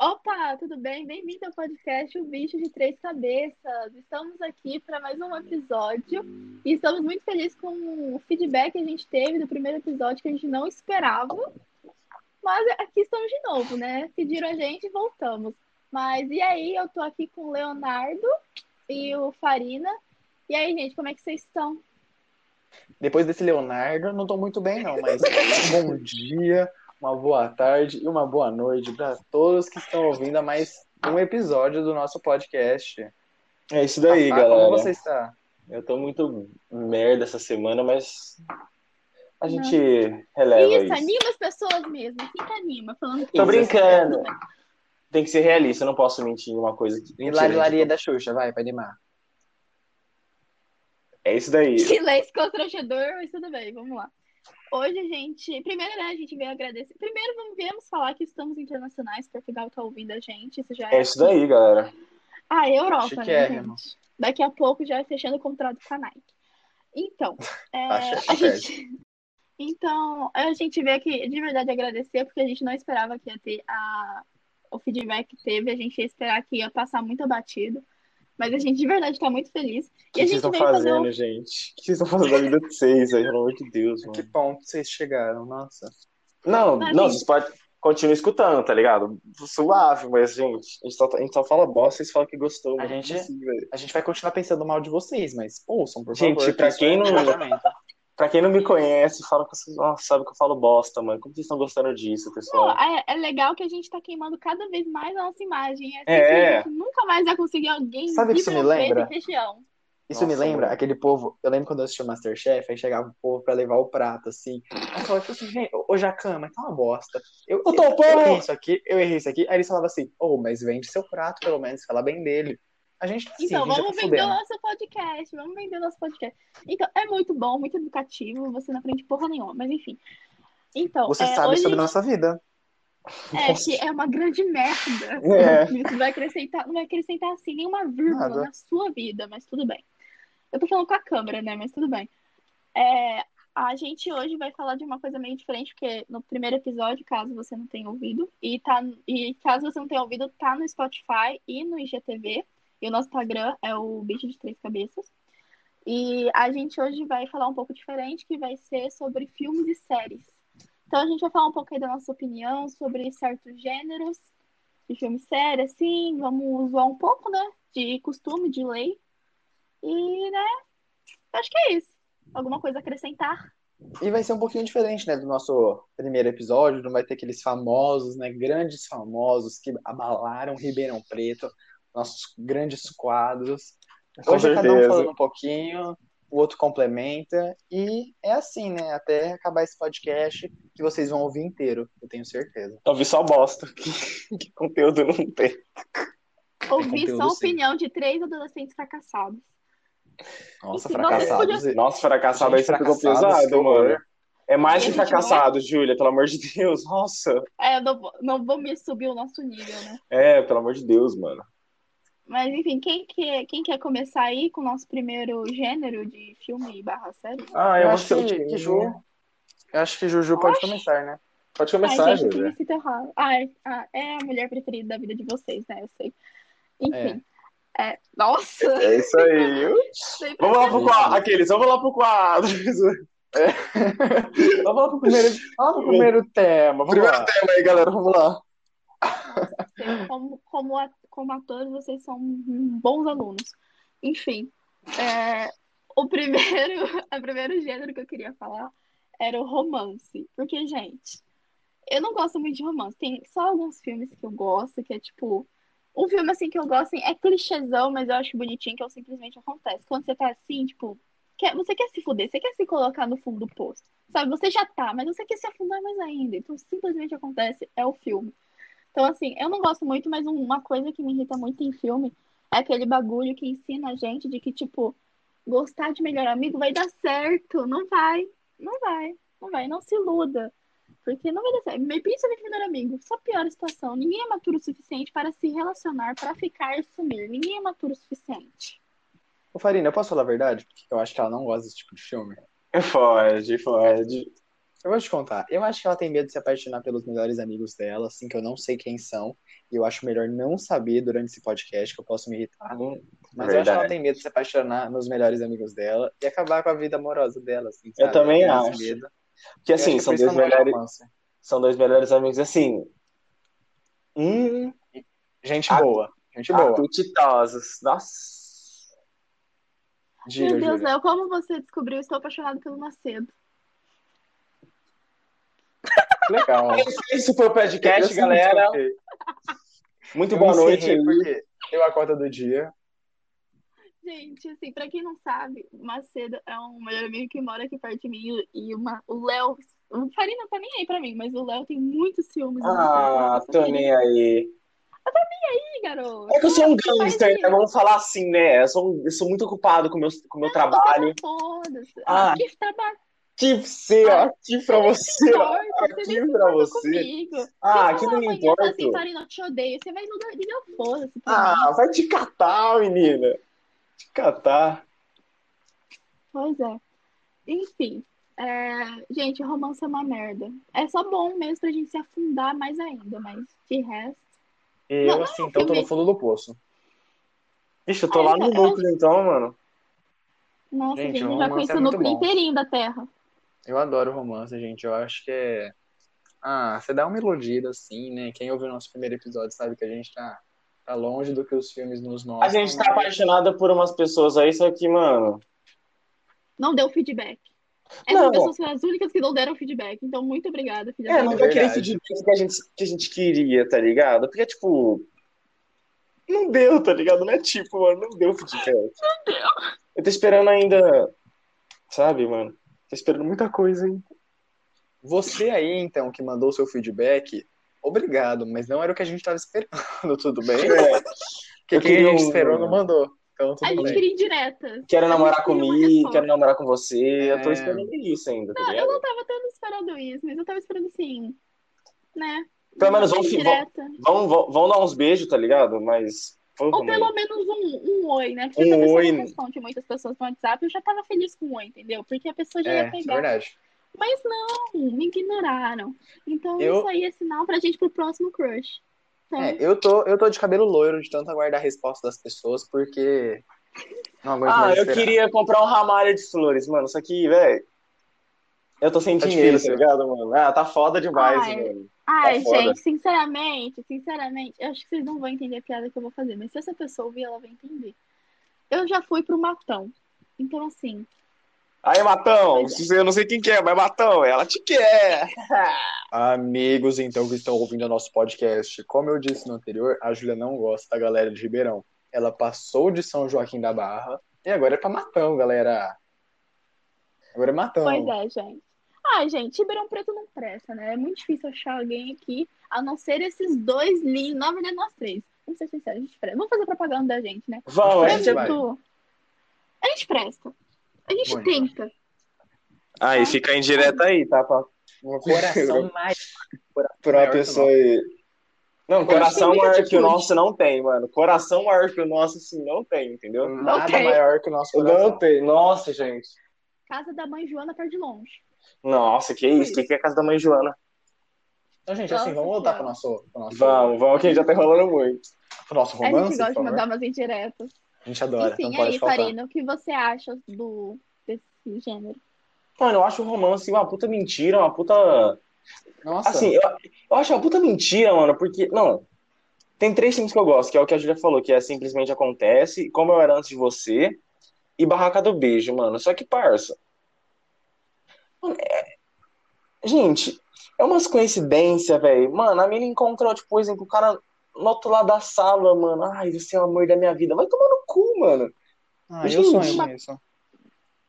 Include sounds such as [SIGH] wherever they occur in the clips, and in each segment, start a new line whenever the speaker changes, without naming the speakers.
Opa, tudo bem? Bem-vindo ao podcast O Bicho de Três Cabeças. Estamos aqui para mais um episódio e estamos muito felizes com o feedback que a gente teve do primeiro episódio que a gente não esperava. Mas aqui estamos de novo, né? Pediram a gente e voltamos. Mas e aí, eu tô aqui com o Leonardo e o Farina. E aí, gente, como é que vocês estão?
Depois desse Leonardo, não tô muito bem, não, mas [LAUGHS] um bom dia, uma boa tarde e uma boa noite para todos que estão ouvindo a mais um episódio do nosso podcast.
É isso
Ah,
daí,
tá,
Rafa,
galera.
como você está?
Eu tô muito merda essa semana, mas a gente releva
isso,
isso.
anima as pessoas mesmo. Quem que anima? Falando que
Tô
isso.
brincando. Tem que ser realista, eu não posso mentir em uma coisa que. Mentira,
Milagre da Xuxa, vai, pra animar.
gente. É isso [LAUGHS] daí.
Silêncio constrangedor, mas tudo bem, vamos lá. Hoje a gente. Primeiro, né, a gente veio agradecer. Primeiro, vamos, viemos falar que estamos internacionais, Portugal tá ouvindo a gente. Isso já
É isso daí, galera.
Ah, Europa, né,
Chiquérrimo.
gente? Daqui a pouco já fechando o contrato com a Nike.
[LAUGHS]
Então, é,
Acho
a gente... [LAUGHS] Então, a gente veio aqui de verdade agradecer, porque a gente não esperava que ia ter a... o feedback que teve, a gente ia esperar que ia passar muito abatido. Mas a gente de verdade está muito feliz.
O
e
que
a
vocês
gente
estão
veio fazer
fazendo,
um...
gente? O que vocês estão fazendo da vida de vocês aí, pelo amor de Deus,
Que
mano?
ponto vocês chegaram, nossa.
Não,
Mas,
não,
gente-
vocês podem. Continuem escutando, tá ligado? Suave, mas, gente, a gente só, tá- a gente só fala bosta, vocês falam que gostou.
A
mas não é
gente-
possível.
A gente vai continuar pensando mal de vocês, mas ouçam, por
Gente,
favor. que
pra
isso é
quem
um
não-
engajamento.
Pra quem não me conhece, fala que vocês. Nossa, sabe que eu falo bosta, mano. Como vocês estão gostando disso,
Pô,
pessoal?
é, é legal que a gente está queimando cada vez mais a nossa imagem. É assim
É.
que a gente nunca mais vai conseguir alguém
Sabe o que
de
isso me
Ribeirão Preto
lembra?
e região.
Isso me
Nossa,
lembra
mano.
aquele povo. Eu lembro quando eu assistia o Masterchef, aí chegava o povo pra levar o prato, assim. Aí falava assim, gente, ô ô, Jacan, mas tá uma bosta. Eu,
Ô,
eu,
Topão!
eu errei isso aqui, eu errei isso aqui. Aí eles falavam assim, ô, mas vende seu prato, pelo menos, fala bem dele. A gente tá assim,
Então,
a
vamos
gente já tá
vender o
fudendo.
nosso podcast, vamos vender o nosso podcast. Então, é muito bom, muito educativo, você não aprende porra nenhuma, mas enfim. Então,
Você
é,
sabe
hoje
sobre nossa vida.
é que é uma grande merda.
É.
Isso vai acrescentar, não vai acrescentar assim nenhuma vírgula
Nada.
na sua vida, mas tudo bem. Eu tô falando com a câmera, né? Mas tudo bem. É, a gente hoje vai falar de uma coisa meio diferente, porque no primeiro episódio, caso você não tenha ouvido, e, tá, e caso você não tenha ouvido, tá no Spotify e no IGTV. E o nosso Instagram é o Bicho de Três Cabeças. E a gente hoje vai falar um pouco diferente, que vai ser sobre filmes e séries. Então a gente vai falar um pouco aí da nossa opinião sobre certos gêneros de filme sério, assim, vamos zoar um pouco, né? De costume, de lei. E, né? Acho que é isso. Alguma coisa a
[LAUGHS]
acrescentar?
E vai ser um pouquinho diferente, né, do nosso primeiro episódio. Não vai ter aqueles famosos, né, grandes famosos que abalaram Ribeirão Preto, nossos grandes quadros.
Com
Hoje é cada um
certeza.
falando um pouquinho, o outro complementa. E é assim, né, até acabar esse podcast que vocês vão ouvir inteiro, eu tenho certeza.
Eu vi só bosta. Que, [LAUGHS] que conteúdo não tem.
Ouvir só a
um
conteúdo, sim.
opinião de três adolescentes fracassados. Nossa,
Nossa, fracassados.
Nossa, fracassado aí
Gente,
você ficou
fracassados, que
pesado,
horror.
mano. É mais
E
que
a gente
fracassado, Júlia, pelo amor de Deus. Nossa.
É, eu não vou, não vou me subir o nosso nível, né?
É, pelo amor de Deus, mano.
Mas, enfim, quem quer, quem quer começar aí com o nosso primeiro gênero de filme barra série?
Ah,
eu
eu,
acho
acho que,
que-
que Ju.
Eu acho que Juju pode começar, né?
Pode
Ai,
começar,
gente, que
Júlia.
me sinto errada. Ai, ah, é a mulher preferida da vida de vocês, né? Eu sei. Enfim. É, nossa!
É isso
[LAUGHS]
aí. viu?
sempre
Vamos lá pro
Isso.
quadro. Aqueles, vamos lá
[LAUGHS]
pro quadro. É.
Vamos lá pro primeiro, vamos lá pro primeiro tema. Vamos
Primeiro
lá.
tema aí, galera. Vamos lá.
Vocês, como, como, a- como atores, vocês são bons alunos. Enfim, é, o primeiro, [LAUGHS] o primeiro gênero que eu queria falar era o romance. Porque, gente, eu não gosto muito de romance. Tem só alguns filmes que eu gosto, que é tipo. Um filme assim que eu gosto assim, é clichêzão, mas eu acho bonitinho, que é o simplesmente acontece. Quando você tá assim, tipo, quer, você quer se fuder, você quer se colocar no fundo do poço. Sabe, você já tá, mas você quer se afundar mais ainda. Então, simplesmente acontece, é o filme. Então, assim, eu não gosto muito, mas um- uma coisa que me irrita muito em filme é aquele bagulho que ensina a gente de que, tipo, gostar de melhor amigo vai dar certo. Não vai, não vai, não vai, não se iluda. Porque não vai dar certo. Me- Principalmente melhor amigo, só piora a situação. Ninguém é maturo o suficiente para se relacionar, para ficar e sumir. Ninguém é maturo o suficiente.
Ô,
É
Farina, eu posso falar a verdade? Porque eu acho que ela não gosta desse tipo de filme.
Foge, foge.
Eu vou te contar. Eu acho que ela tem medo de se apaixonar pelos melhores amigos dela, assim, que eu não sei quem são. E eu acho melhor não saber durante esse podcast, que eu posso me irritar. Mas eu acho que ela
Hum, Verdade.
tem medo de se apaixonar nos melhores amigos dela e acabar com a vida amorosa dela, assim,
Eu
sabe?
também
Tem esse
acho.
medo.
Porque
Eu acho
assim,
que
são
por isso
dois,
que eu não gosto de
melhores,
romance.
são dois melhores amigos, assim. Hum,
Gente
Ah,
boa. Gente boa.
apetitosos. Nossa.
Diga,
Meu Deus,
Júlia.
Léo, como você descobriu? Estou apaixonado pelo Macedo.
Legal.
Esse foi o
Eu
podcast,
sinto
galera.
que-
Muito
eu
boa
me
noite.
encerrei porque eu acordo do dia.
Gente, assim, pra quem não sabe, o Macedo é um melhor amigo que mora aqui perto de mim. e- E uma, o Léo. O Faria não tá nem aí pra mim, mas o Léo tem muitos ciúmes. do Macedo.
Ah,
Nossa,
tô
que-
nem aí.
Ih, garoto.
É que eu sou um gangster,
Imagina.
né? Vamos falar assim, né? Eu sou, um- eu sou muito ocupado com o meu, com o meu trabalho.
tá Foda-se. tá
Ah.
Que trabalho
Aqui pra você,
Ah,
ó. Aqui pra você, ó.
torto, você nem
Aqui
se
pra
importa
você.
comigo.
Ah,
Se
aqui
eu
não me
então amanhã falar assim,
importo.
Farina, eu te odeio. Você vai no lugar de meu foda-se. pra mim.
Ah, vai te catar, menina. Te catar.
Pois é. Enfim. é, Gente, romance é uma merda. É só bom mesmo pra gente se afundar mais ainda, mas de resto. Não,
Eu,
não,
assim, então tô no
filme.
fundo do poço.
Ixi, eu tô lá no
Ai, eu-
núcleo, então, mano.
Nossa,
Gente,
gente,
o
eu já
romance é
conheço o
muito
núcleo
bom.
inteirinho da Terra.
Eu adoro romance, gente. Eu acho que é. Ah, você dá uma iludida, assim, né? Quem ouviu o nosso primeiro episódio sabe que a gente tá, tá longe do que os filmes nos mostram.
A gente tá
mas-
apaixonada por umas pessoas aí, só que, mano.
Não deu feedback. Essas
Não.
pessoas foram as únicas que não deram feedback. Então, muito obrigada, filha
É,
da
não
mãe.
vai aquele
verdade.
feedback que a, gente, que a gente queria, tá ligado? Porque, tipo. Não deu, tá ligado? Não é tipo, mano, não deu feedback. Não deu. Eu tô esperando ainda. Sabe, mano? Tô esperando muita coisa, hein?
Você aí, então, que mandou seu feedback, obrigado, mas não era o que a gente tava esperando, [LAUGHS] tudo bem?
É.
Porque
Eu
quem a
queria
gente
um-
esperou não mandou. Então,
A
tudo
gente
bem.
queria indiretas.
Quero namorar
Eu queria uma
comigo,
resposta.
quero namorar com você. Eu tô
É.
esperando isso ainda, tá
Não, É, eu
ligado?
não tava tanto esperando isso, mas eu tava esperando assim, né?
Pelo menos
Uma
um fi-
indireta.
Vão, vão, vão dar uns beijos, tá ligado? Mas.
Ou
Porra,
pelo
mano.
menos um, um oi, né? Porque
Um
se a pessoa
oi.
não responde muitas pessoas no WhatsApp, eu já tava feliz com um oi, entendeu? Porque a pessoa já
É,
ia
é
pegar.
verdade.
Mas não, me ignoraram. Então
Eu-
isso aí é sinal pra gente pro próximo crush. Então,
Uhum.
É, eu tô, eu tô de cabelo loiro de tanto aguardar a resposta das pessoas, porque não aguento
Ah,
mais
eu
esperar.
queria comprar um ramalho de flores, mano. Só que, velho. Eu tô sem
Tá
dinheiro,
difícil.
tá ligado, mano? Ah, tá foda demais,
Ai.
mano.
ai,
tá foda.
gente, sinceramente, sinceramente, eu acho que vocês não vão entender a piada que eu vou fazer, mas se essa pessoa ouvir, ela vai entender. Eu já fui pro matão. Então, assim,
Aí, Matão,
Pois
eu não sei quem que é, mas Matão, ela te quer.
Amigos, então, que estão ouvindo o nosso podcast, como eu disse no anterior, a Júlia não gosta da galera de Ribeirão. Ela passou de São Joaquim da Barra e agora é pra Matão, galera. Agora é Matão.
Pois é, gente. Ai, gente, Ribeirão Preto não presta, né? É muito difícil achar alguém aqui, a não ser esses dois lindos. Na verdade, nós três. Vamos ser sinceros, a gente presta. Vamos fazer propaganda da gente, né?
Vão,
Vai,
Por
hein?
Presta, vai.
exemplo, a gente presta. A gente
Muito.
tenta.
Aí, fica em direto aí, tá? Pra,
Um coração mais.
pra
Maior
uma
que o
pessoa aí. Não, coração
tem muita
maior que é tipo o
atitude.
nosso não tem, mano. Coração maior que o nosso, assim, não tem, entendeu?
Nada
tem.
maior que o nosso coração.
Não tem. Nossa, gente.
Casa da mãe Joana perto de longe.
Nossa, que isso? O que, que é a casa da mãe Joana?
Então, gente, assim, vamos voltar pro nosso, pro nosso,
Vamos, vamos, que já tá enrolando muito.
pro nosso
a gente
romance,
gosta
por
de
favor.
mandar umas indiretas.
A gente adora, não
Enfim, é e
pode
aí,
faltar.
Farina, o que você acha do desse gênero?
Mano, eu acho o romance uma puta mentira, uma puta.
Nossa,
Assim, eu, eu acho uma puta mentira, mano, porque. Não. Tem três filmes que eu gosto, que é o que a Julia falou, que é Simplesmente Acontece, Como Eu Era Antes de Você e Barraca do Beijo, mano. Só que, parça. mano, é- Gente, é umas coincidências, velho. Mano, a mina encontrou, tipo, por exemplo, o cara no outro lado da sala, mano. Ai, você é o amor da minha vida. Vai tomar no cu, mano.
ah, eu
gente,
sonho
uma-
com isso.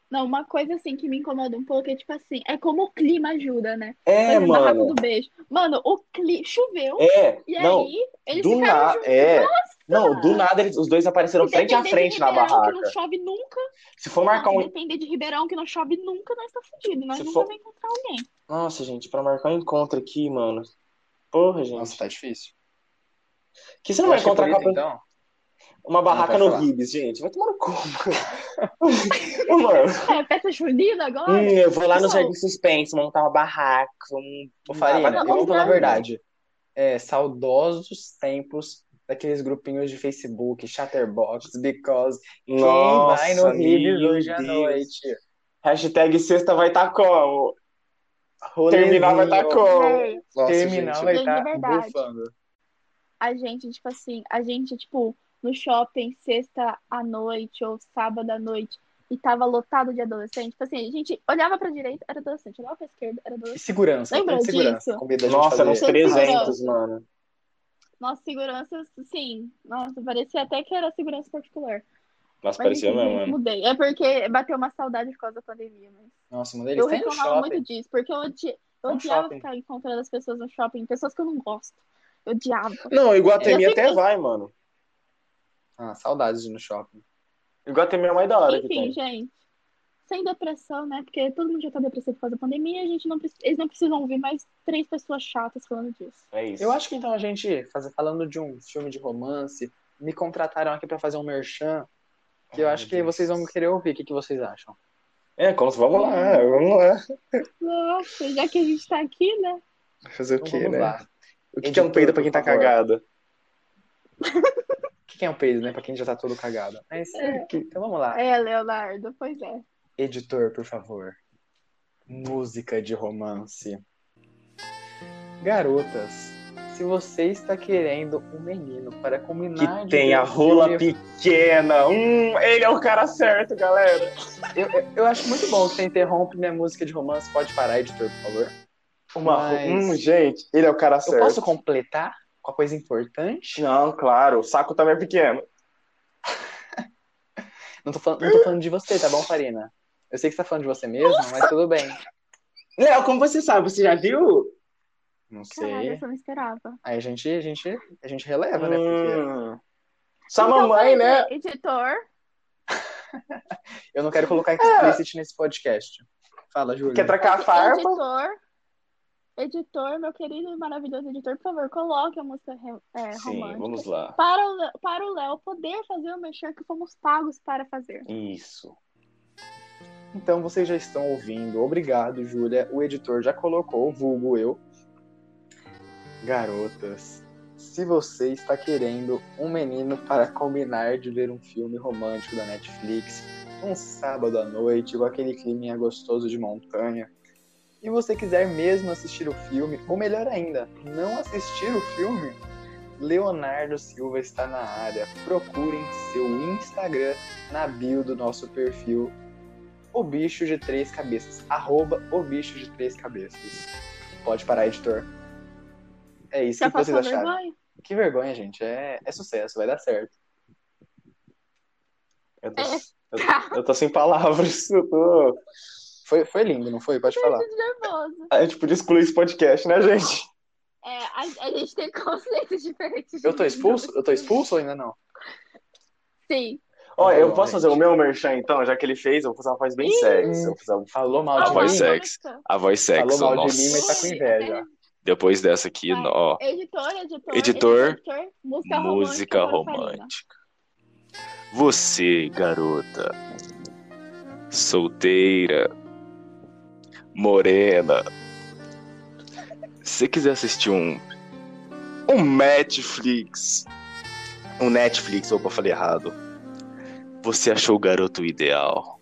Não, uma coisa assim que me incomoda um pouco é tipo assim, é como o clima ajuda, né?
É,
Por exemplo, a Barraca
mano.
do beijo. Mano, o clima. Choveu.
É,
E
não.
aí, eles
do
ficaram
nada,
juntos.
é. Não, do nada eles, os dois apareceram
E
frente a
depender
frente
de
na
Ribeirão,
barraca.
Que não chove nunca.
Se for marcar
Marcar
um.
Depender de Ribeirão, que não chove nunca, nós estamos fodidos. Nós
Se
nunca
for-
vamos encontrar alguém.
Nossa, gente, pra marcar um encontro aqui, mano. Porra, gente.
Nossa, tá difícil.
que você não vai encontrar com a
isso,
pessoa.
é então.
Uma barraca
vai
no
falar.
Ribs, gente. Vai tomar no cu.
[LAUGHS]
mano. mano
É festa junina agora? Tipo,
hum, eu vou lá no
Pessoal,
Jardim Suspense montar uma barraca. Um...
Ô, Farina,
Ah,
tá
eu
bom,
vou falar a
tá.
verdade. É, saudosos tempos daqueles grupinhos de Facebook, Chatterbox, Because. Quem vai no Ribs
meu
hoje à
Deus.
noite?
Hashtag sexta vai estar como? Terminar vai estar como?
Véi,
Nossa,
tá Terminar
gente.
vai
Gente,
estar
de verdade.
bufando.
a gente, tipo assim, a gente, tipo, no shopping sexta à noite ou sábado à noite e tava lotado de adolescente. Tipo assim, a gente olhava pra direita, era adolescente, olhava pra esquerda, era
E
adolescente.
segurança,
Lembra
tem segurança.
disso?
Com medo da gente
Nossa,
fazer.
uns
Você
300, mano.
Nossa, segurança, sim. Nossa, parecia até que era segurança particular. Mas,
Nossa, parecia
enfim,
mesmo, né?
gente,
mano.
mudei. É porque bateu uma saudade por causa da pandemia, mas...
Nossa, mano, eles
Eu
têm no
reclamava
shopping.
muito disso, porque eu, odi... eu
No
odiava
shopping.
ficar encontrando as pessoas no shopping, pessoas que eu não gosto. Eu odiava.
Não, Iguatemi
Eu sempre-
até vai, mano.
Ah, saudades de ir no shopping.
Iguatemi é o mais da hora que
Enfim,
tem.
gente. Sem depressão, né? Porque todo mundo já tá depressivo por causa da pandemia, a gente não preci- eles não precisam ouvir mais três pessoas chatas falando disso.
É isso.
Eu acho que então a gente, fazer- falando de um filme de romance, me contrataram aqui pra fazer um merchan, que eu
Ai,
acho que
Deus.
vocês vão querer ouvir. O que, que vocês acham?
É, como se- vamos lá, vamos lá.
Nossa, já que a gente tá aqui, né?
Fazer o
Então
quê,
vamos
né?
lá.
O que, que é um
Editor,
peido pra quem
por
tá
favor.
cagado?
O que, que é um peido, né? Pra quem já tá todo cagado. Mas,
É.
Então vamos lá.
É, Leonardo, pois é.
Editor, por favor. Música de romance. Garotas, se você está querendo um menino para
Que
combinar de
tem
ver
a
um
rola
filme-
pequena. Hum, ele é o cara certo, galera.
eu, eu- eu acho muito bom que você interrompe minha música de romance. Pode parar, editor, por favor.
Uma
Mas-
ro- Hum, gente, ele é o cara
Eu
certo.
posso completar com a coisa importante?
Não, claro, o saco também é pequeno.
Não tô, falando, não tô falando de você, tá bom, Farina? Eu sei que você tá falando de você mesmo, mas tudo bem.
Léo, como você sabe? Você já viu?
Não
Caralho,
sei.
essa eu não esperava.
Aí a gente, a gente, a gente releva, né? Porque
Hum. Só a
um
Então,
mamãe,
pois
né?
é, Editor,
eu não quero colocar explicit nesse podcast. Fala, Júlia.
Quer tracar a farpa?
editor, editor, meu querido e maravilhoso editor, por favor, coloque a música re- é,
Sim,
romântica.
vamos lá.
Para o Le- para o Léo poder fazer o mexer que fomos pagos para fazer.
Isso.
Então vocês já estão ouvindo. Obrigado, Júlia. O editor já colocou, vulgo eu. Garotas, se você está querendo um menino para combinar de ver um filme romântico da Netflix, um sábado à noite, com aquele climinha gostoso de montanha, e você quiser mesmo assistir o filme, ou melhor ainda, não assistir o filme, Leonardo Silva está na área. Procurem seu Instagram na bio do nosso perfil o bicho de três cabeças. Arroba o bicho de três cabeças. Pode parar, editor. É isso
Já
que vocês
passou
acharam.
vergonha?
Que vergonha, gente. É, é sucesso, vai dar certo. É,
Eu tô,
tá.
eu- eu tô sem palavras. [LAUGHS] Eu tô...
Foi, foi lindo, não foi? Pode falar.
Tô nervoso.
A gente podia excluir esse podcast, né, gente?
É, a, a gente tem [LAUGHS] conceitos diferentes.
Eu tô expulso? Eu tô expulso ou ainda não?
Sim.
Olha,
Tá
eu
bom,
posso
gente.
fazer o meu merchan, então, já que ele fez? Eu vou fazer uma voz bem
Ih.
sexy. Eu vou fazer uma-
Falou mal
Ah,
de
mas
mim?
é- sexy. A voz sexy,
Falou mal de mim, mas
nossa.
tá com inveja.
Depois dessa aqui,
Vai.
ó,
Editor, editor.
Editor,
editor, música,
música
romântica. para Farina.
romântica. Você, garota, solteira, morena, se quiser assistir um um Netflix, um Netflix, opa, falei errado. Você achou o garoto ideal?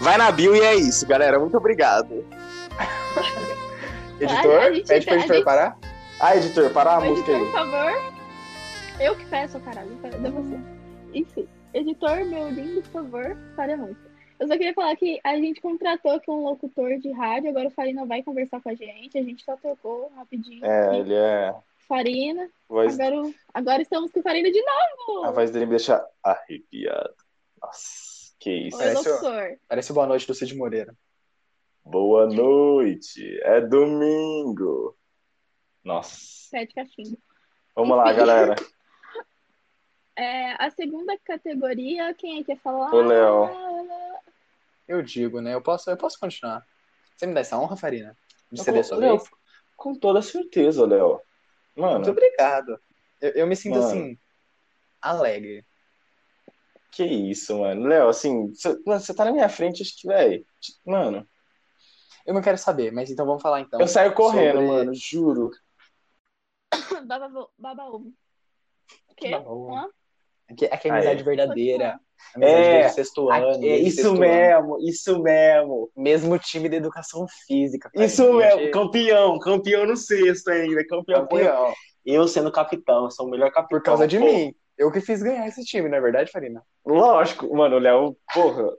Vai na bio e é isso, galera. Muito obrigado.
Editor?
A gente-
Pede pra
a
editor
gente-
parar?
Ah, editor, para a música
Editor,
aí.
então, por favor. Eu que peço, caralho. De você. Enfim. Editor, meu lindo, por favor, para a música. Eu só queria falar que a gente contratou aqui um locutor de rádio, agora o Farina vai conversar com a gente, a gente só trocou rapidinho.
É,
aqui.
ele é.
Farina,
Voz,
agora, o- agora estamos com Farina de novo!
a voz dele me deixa arrepiado. Nossa, que isso.
Oi,
Parece o-
locutor.
Parece o Boa Noite do Cid Moreira.
Boa noite, é domingo. Nossa.
Sete cachinhos.
Vamos lá,
Enfim.
[LAUGHS] galera.
É, a segunda categoria, quem é que quer falar? Ah,
Ô, Léo.
Eu digo, né? Eu posso, eu posso continuar. Você me dá essa honra, Farina? De
Eu
ceder
con-
sua
Léo,
vez?
Com toda certeza, Léo.
Muito
Mano,
obrigado. Eu, eu me sinto
Mano.
assim, alegre.
Que isso, mano. Léo, assim, você tá na minha frente, acho que, velho. Mano,
Eu não quero saber, mas então vamos falar então.
eu saio correndo,
sobre-
mano, juro.
Baba, baba ovo. O quê?
Baba ovo.
Hã?
Aqui, aqui Tá é
Ah, é?
amizade verdadeira.
É,
Amizade de sexto ano.
Aqui- é
de
isso
sexto ano.
mesmo, isso mesmo.
Mesmo time de educação física. pai.
Isso
Gente,
mesmo, campeão, campeão no sexto ainda, campeão.
Campeão.
Eu sendo capitão, eu sou o melhor capitão.
Por causa de
pô.
mim. Eu que fiz ganhar esse time, não é verdade, Farina?
Lógico, mano, o Léo, porra.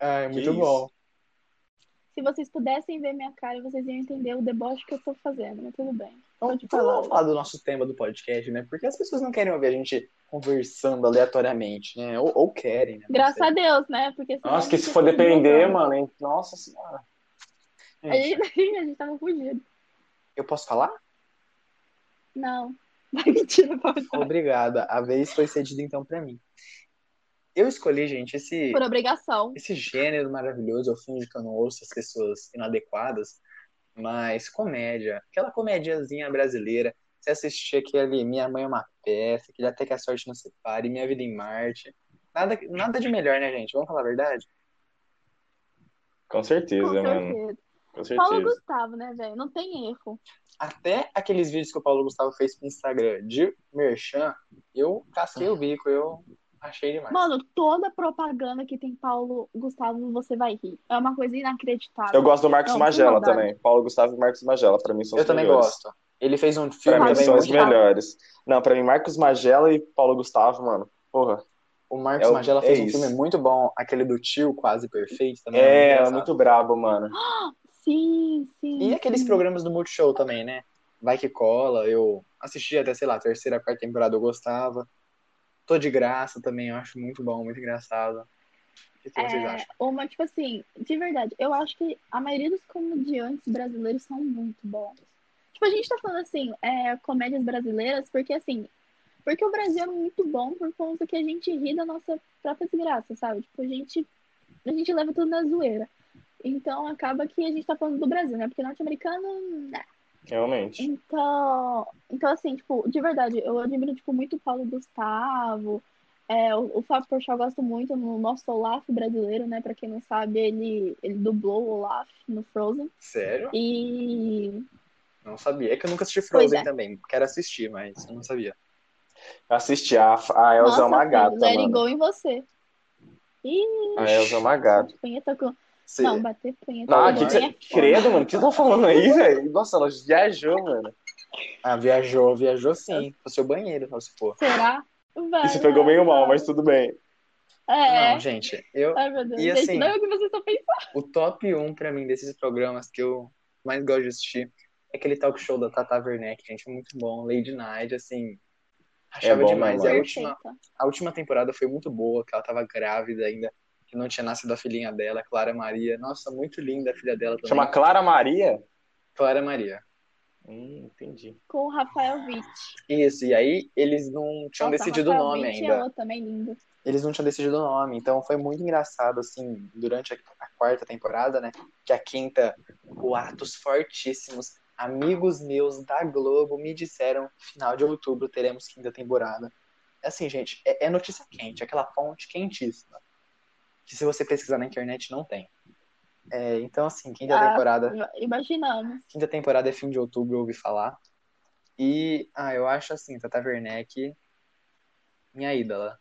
Ah, é
Que
muito
isso.
bom.
Se vocês pudessem ver minha cara, vocês iam entender o deboche que eu tô fazendo, mas tudo bem.
Então,
Pode
então
falar.
vamos falar do nosso tema do podcast, né? Porque as pessoas não querem ouvir a gente conversando aleatoriamente, né? Ou, ou querem, né? Não
Graças
sei.
a Deus, né? Porque senão
Nossa,
a
que
gente
se for
fica
depender,
desbotado.
mano, hein? Nossa senhora.
A gente, [LAUGHS] a gente tava fugido.
Eu posso falar?
Não. [LAUGHS] Vai que tira pra
Obrigada. A vez foi cedida então pra mim. Eu escolhi, gente, esse,
Por obrigação.
esse gênero maravilhoso. Eu finjo que eu não ouço as pessoas inadequadas, mas comédia. Aquela comediazinha brasileira. Você assistir aquele Minha Mãe é uma Peça, aquele Até que a Sorte Não Separe, Minha Vida em Marte. Nada, nada de melhor, né, gente? Vamos falar a verdade?
Com
Com
certeza, mano.
certeza.
Com
Paulo
certeza.
Gustavo, né, velho? Não tem erro.
Até aqueles vídeos que o Paulo Gustavo fez pro Instagram de merchan, eu casquei o bico, eu achei demais.
Mano, toda propaganda que tem Paulo Gustavo, você vai rir. É uma coisa inacreditável.
Eu gosto do Marcos
Não,
Magela
sem maldade.
também. Paulo Gustavo e Marcos Magela, pra mim são
Eu
os
também
melhores.
gosto. Ele fez um
Pra
filme
mim
Marcos
também
são os
muito
Magela.
melhores. Não, pra mim, Marcos Magela e Paulo Gustavo, mano. Porra.
O Marcos
É o-
Magela
é
fez um
isso.
filme muito bom, aquele do tio quase perfeito também.
É, é
engraçado.
muito brabo, mano.
Sim, sim.
E aqueles
sim.
programas do Multishow também, né? Vai que cola, eu assisti até, sei lá, a terceira, quarta temporada eu gostava. Tô de graça também, eu acho muito bom, muito engraçado. O que que vocês
É,
acham?
uma, tipo assim, de verdade, eu acho que a maioria dos comediantes brasileiros são muito bons. Tipo, a gente tá falando assim, é, comédias brasileiras, porque assim, porque o Brasil é muito bom por conta que a gente ri da nossa própria desgraça, sabe? Tipo, a gente, a gente leva tudo na zoeira. Então acaba que a gente tá falando do Brasil, né? Porque norte-americano, né?
Realmente.
Então, então assim, tipo, de verdade, eu admiro, tipo, muito o Paulo Gustavo, é, o, o Fábio Porchat eu gosto muito no nosso Olaf brasileiro, né? Pra quem não sabe, ele, ele dublou o Olaf no Frozen.
Sério?
E
Não sabia. É que eu nunca assisti
Pois
Frozen
é.
também. Quero assistir, mas eu não sabia.
Eu assisti a, a Elza é
nossa,
uma gata,
filho, Let It
mano.
Go em você. Ih,
A Elza é uma gata.
punheta com.
Você-
Não, bater punheta
Ah,
com
que que
ninguém
você...
é foda.
Credo, mano, o que você tá falando aí, velho? Nossa, ela viajou, mano.
Ah, viajou, viajou sim. Pro seu banheiro, se for.
Será? Vai,
Isso pegou
vai,
meio mal,
vai.
mas tudo bem.
É.
Não, gente, eu,
Ai, meu Deus.
E
Gente,
assim-
não é o que vocês estão pensando.
O top 1 pra mim desses programas que eu mais gosto de assistir é aquele talk show da Tata Werneck, gente, é muito bom. Lady Night, assim, achava
É bom,
demais. E
né,
a
mano?
última, a última temporada foi muito boa, que ela tava grávida ainda, que não tinha nascido a filhinha dela, Clara Maria. Nossa, muito linda a filha dela também.
Chama Clara Maria?
Clara Maria.
Hum, entendi.
Com o Rafael Witt.
Isso, e aí eles não tinham
Nossa,
decidido o
Rafael
nome
Witt
ainda.
É outro também lindo.
eles não tinham decidido o nome, então foi muito engraçado, assim, durante a, a quarta temporada, né, que a quinta, o Atos Fortíssimos, amigos meus da Globo me disseram, final de outubro teremos quinta temporada. Assim, gente, é, é notícia quente, aquela fonte quentíssima, que se você pesquisar na internet não tem. É, então, assim, quinta
Ah,
temporada,
Imaginamos.
quinta temporada é fim de outubro, eu ouvi falar. E, ah, eu acho assim, Tata Werneck, minha ídola.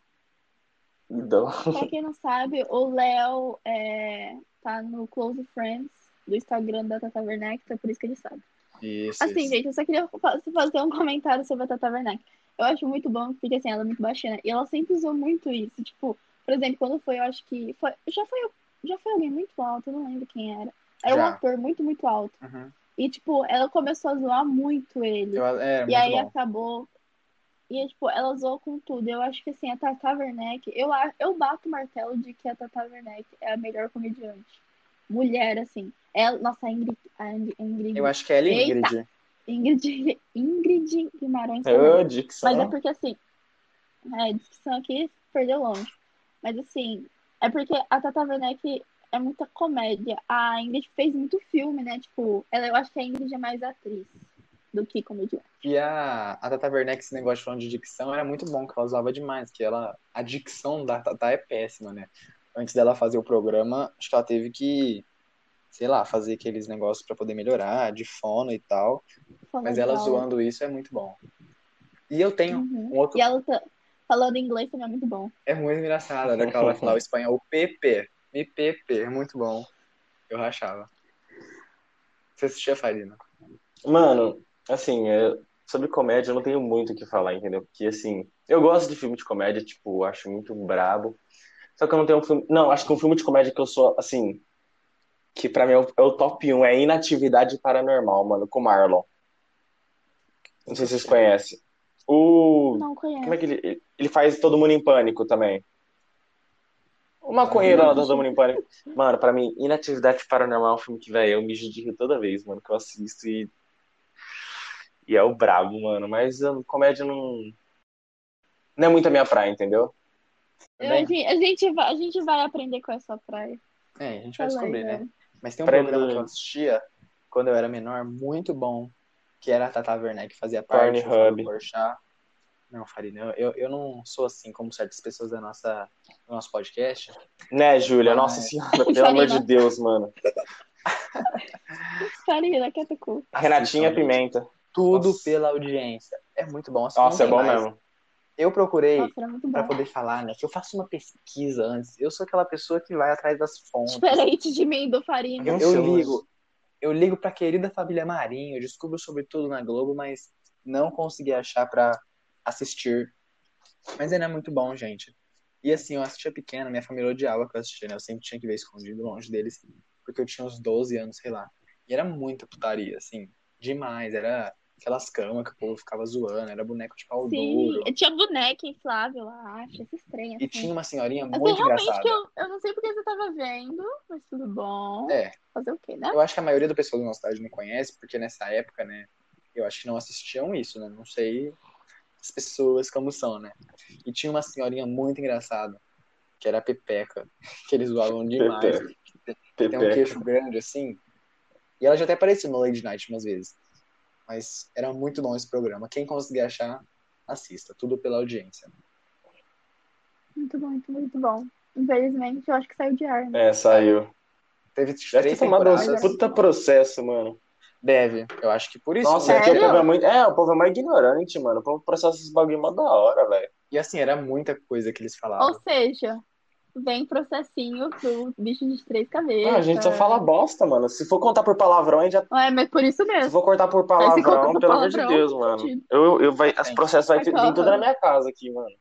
Então,
Pra quem não sabe, o Léo é, tá no Close Friends do Instagram da Tata Werneck, então por isso que ele sabe.
Isso,
Assim,
isso.
gente, eu só queria fa- fazer um comentário sobre a Tata Werneck. Eu acho muito bom, porque assim, ela é muito baixinha. E ela sempre usou muito isso. Tipo, por exemplo, quando foi, eu acho que. Foi, já, foi, já foi alguém muito alto, eu não lembro quem era. Era um
Já.
ator muito, muito alto.
Uhum.
E, tipo, ela começou a zoar muito ele.
Eu, é,
E
muito
aí
bom.
acabou. E, tipo, ela zoou com tudo. Eu acho que, assim, a Tata Werneck... Eu, a- eu bato o martelo de que a Tata Werneck é a melhor comediante. Mulher, assim. Ela, nossa, a Ingrid... A Ingrid, Ingrid,
Eu acho que é ela e
assim, Eita.
Ingrid.
Ingrid, Ingrid Guimarães.
ô,
também.
Dixon.
né?
Mas é porque, assim... É, a discussão aqui perdeu longe. Mas, assim... É porque a Tata Werneck é muita comédia. A Ingrid fez muito filme, né? Tipo, ela, eu acho que a Ingrid é mais atriz do que comediante.
E a, a Tata Werneck, esse negócio falando de dicção, era muito bom, que ela usava demais, que ela, a dicção da Tata é péssima, né? Antes dela fazer o programa, acho que ela teve que, sei lá, fazer aqueles negócios pra poder melhorar, de fono e tal.
Falando
Mas ela
dela.
zoando isso é muito bom. E eu tenho
Uhum.
um outro.
E ela tá falando inglês também é muito bom.
É muito engraçado, era aquela hora que falava o espanhol PP. Me PP, é muito bom. Eu rachava. Você assistia Farina?
Mano, assim, é, sobre comédia eu não tenho muito o que falar, entendeu? Porque, assim, eu gosto de filme de comédia, tipo, acho muito brabo. Só que eu não tenho um filme. Não, acho que um filme de comédia que eu sou, assim, que pra mim é o, é o top 1, é Inatividade Paranormal, mano, com o Marlon. Não sei se vocês conhecem. O.
Não conheço.
Como é que ele. Ele faz Todo Mundo em Pânico também. O maconheiro lá do Todo Mundo em Pânico. Mano, pra mim, Inatividade Paranormal é um filme que, velho, eu me digo toda vez, mano, que eu assisto e. E é o brabo, mano. Mas hum, comédia não. Não é muito a minha praia, entendeu?
Eu- a, gente, a, gente vai, a gente vai aprender com essa praia.
É, a gente vai
Tá
descobrir,
legal.
né? Mas tem um
Pra
programa
mim.
que eu assistia quando eu era menor, muito bom, que era a Tata Werneck, que fazia parte
Pornhub.
do Fábio Porchat. Não, Farina, eu, eu não sou assim como certas pessoas da nossa, do nosso podcast.
Né, Júlia?
Ah,
Nossa
é.
senhora, pelo amor de Deus, mano.
Farina, que é teu cu.
Renatinha
Assistam,
Pimenta.
Tudo
Nossa.
pela audiência. É muito bom. assim,
Nossa,
não tem
é bom
mais.
mesmo.
Eu procurei
Nossa, era muito
pra
bom.
poder falar, né, que eu faço uma pesquisa antes. Eu sou aquela pessoa que vai atrás das fontes.
Diferente de mim, do Farina.
Eu,
Não sei, mas-
ligo, eu ligo pra querida família Marinho, eu descubro sobre tudo na Globo, mas não consegui achar pra assistir. Mas ainda é muito bom, gente. E assim, eu assistia pequena, minha família odiava que eu assistia, né? Eu sempre tinha que ver escondido longe deles, porque eu tinha uns 12 anos, sei lá. E era muita putaria, assim, demais. Era aquelas camas que o povo ficava zoando, era boneco de pau
Sim,
duro.
eu tinha boneca inflável, eu acho. Isso é estranho.
E
Assim.
tinha uma senhorinha
Assim,
muito
realmente
engraçada.
que eu, eu não sei porque você tava vendo, mas tudo bom.
É.
Fazer o quê,
Ah.
né?
Eu acho que a maioria da pessoa da nossa idade não conhece, porque nessa época, né, eu acho que não assistiam isso, né? Não sei as pessoas como são, né? E tinha uma senhorinha muito engraçada, que era a Pepeca, que eles
[LAUGHS]
zoavam demais.
Pepeca.
Tem um
Pepeca.
queixo grande, assim. E ela já até apareceu no Lady Night umas vezes. Mas era muito bom esse programa. Quem conseguir achar, assista. Tudo pela audiência.
Muito bom, muito, muito bom. Infelizmente, eu acho que saiu de ar, né?
É, saiu.
Teve
Deve
três
ter tomado
temporadas.
um puta processo, mano.
Deve. Eu acho que por isso.
Nossa,
né?
é que o
Sério?
povo é muito. É, o povo é mais ignorante, mano. O povo processa esses bagulho mó da hora, velho.
E assim, era muita coisa que eles falavam.
Ou seja, vem processinho pro bicho de três cabeças.
Ah, a gente só fala bosta, mano. Se for contar por palavrão, a gente já.
É, mas por isso
Se
mesmo.
for cortar por
Mas se cortar
palavrão,
por
pelo amor de
palavrão,
Deus, mano. Eu, eu vai, as processos vai
Vai
ter-
falar,
vir tudo na
mano.
minha casa aqui, mano.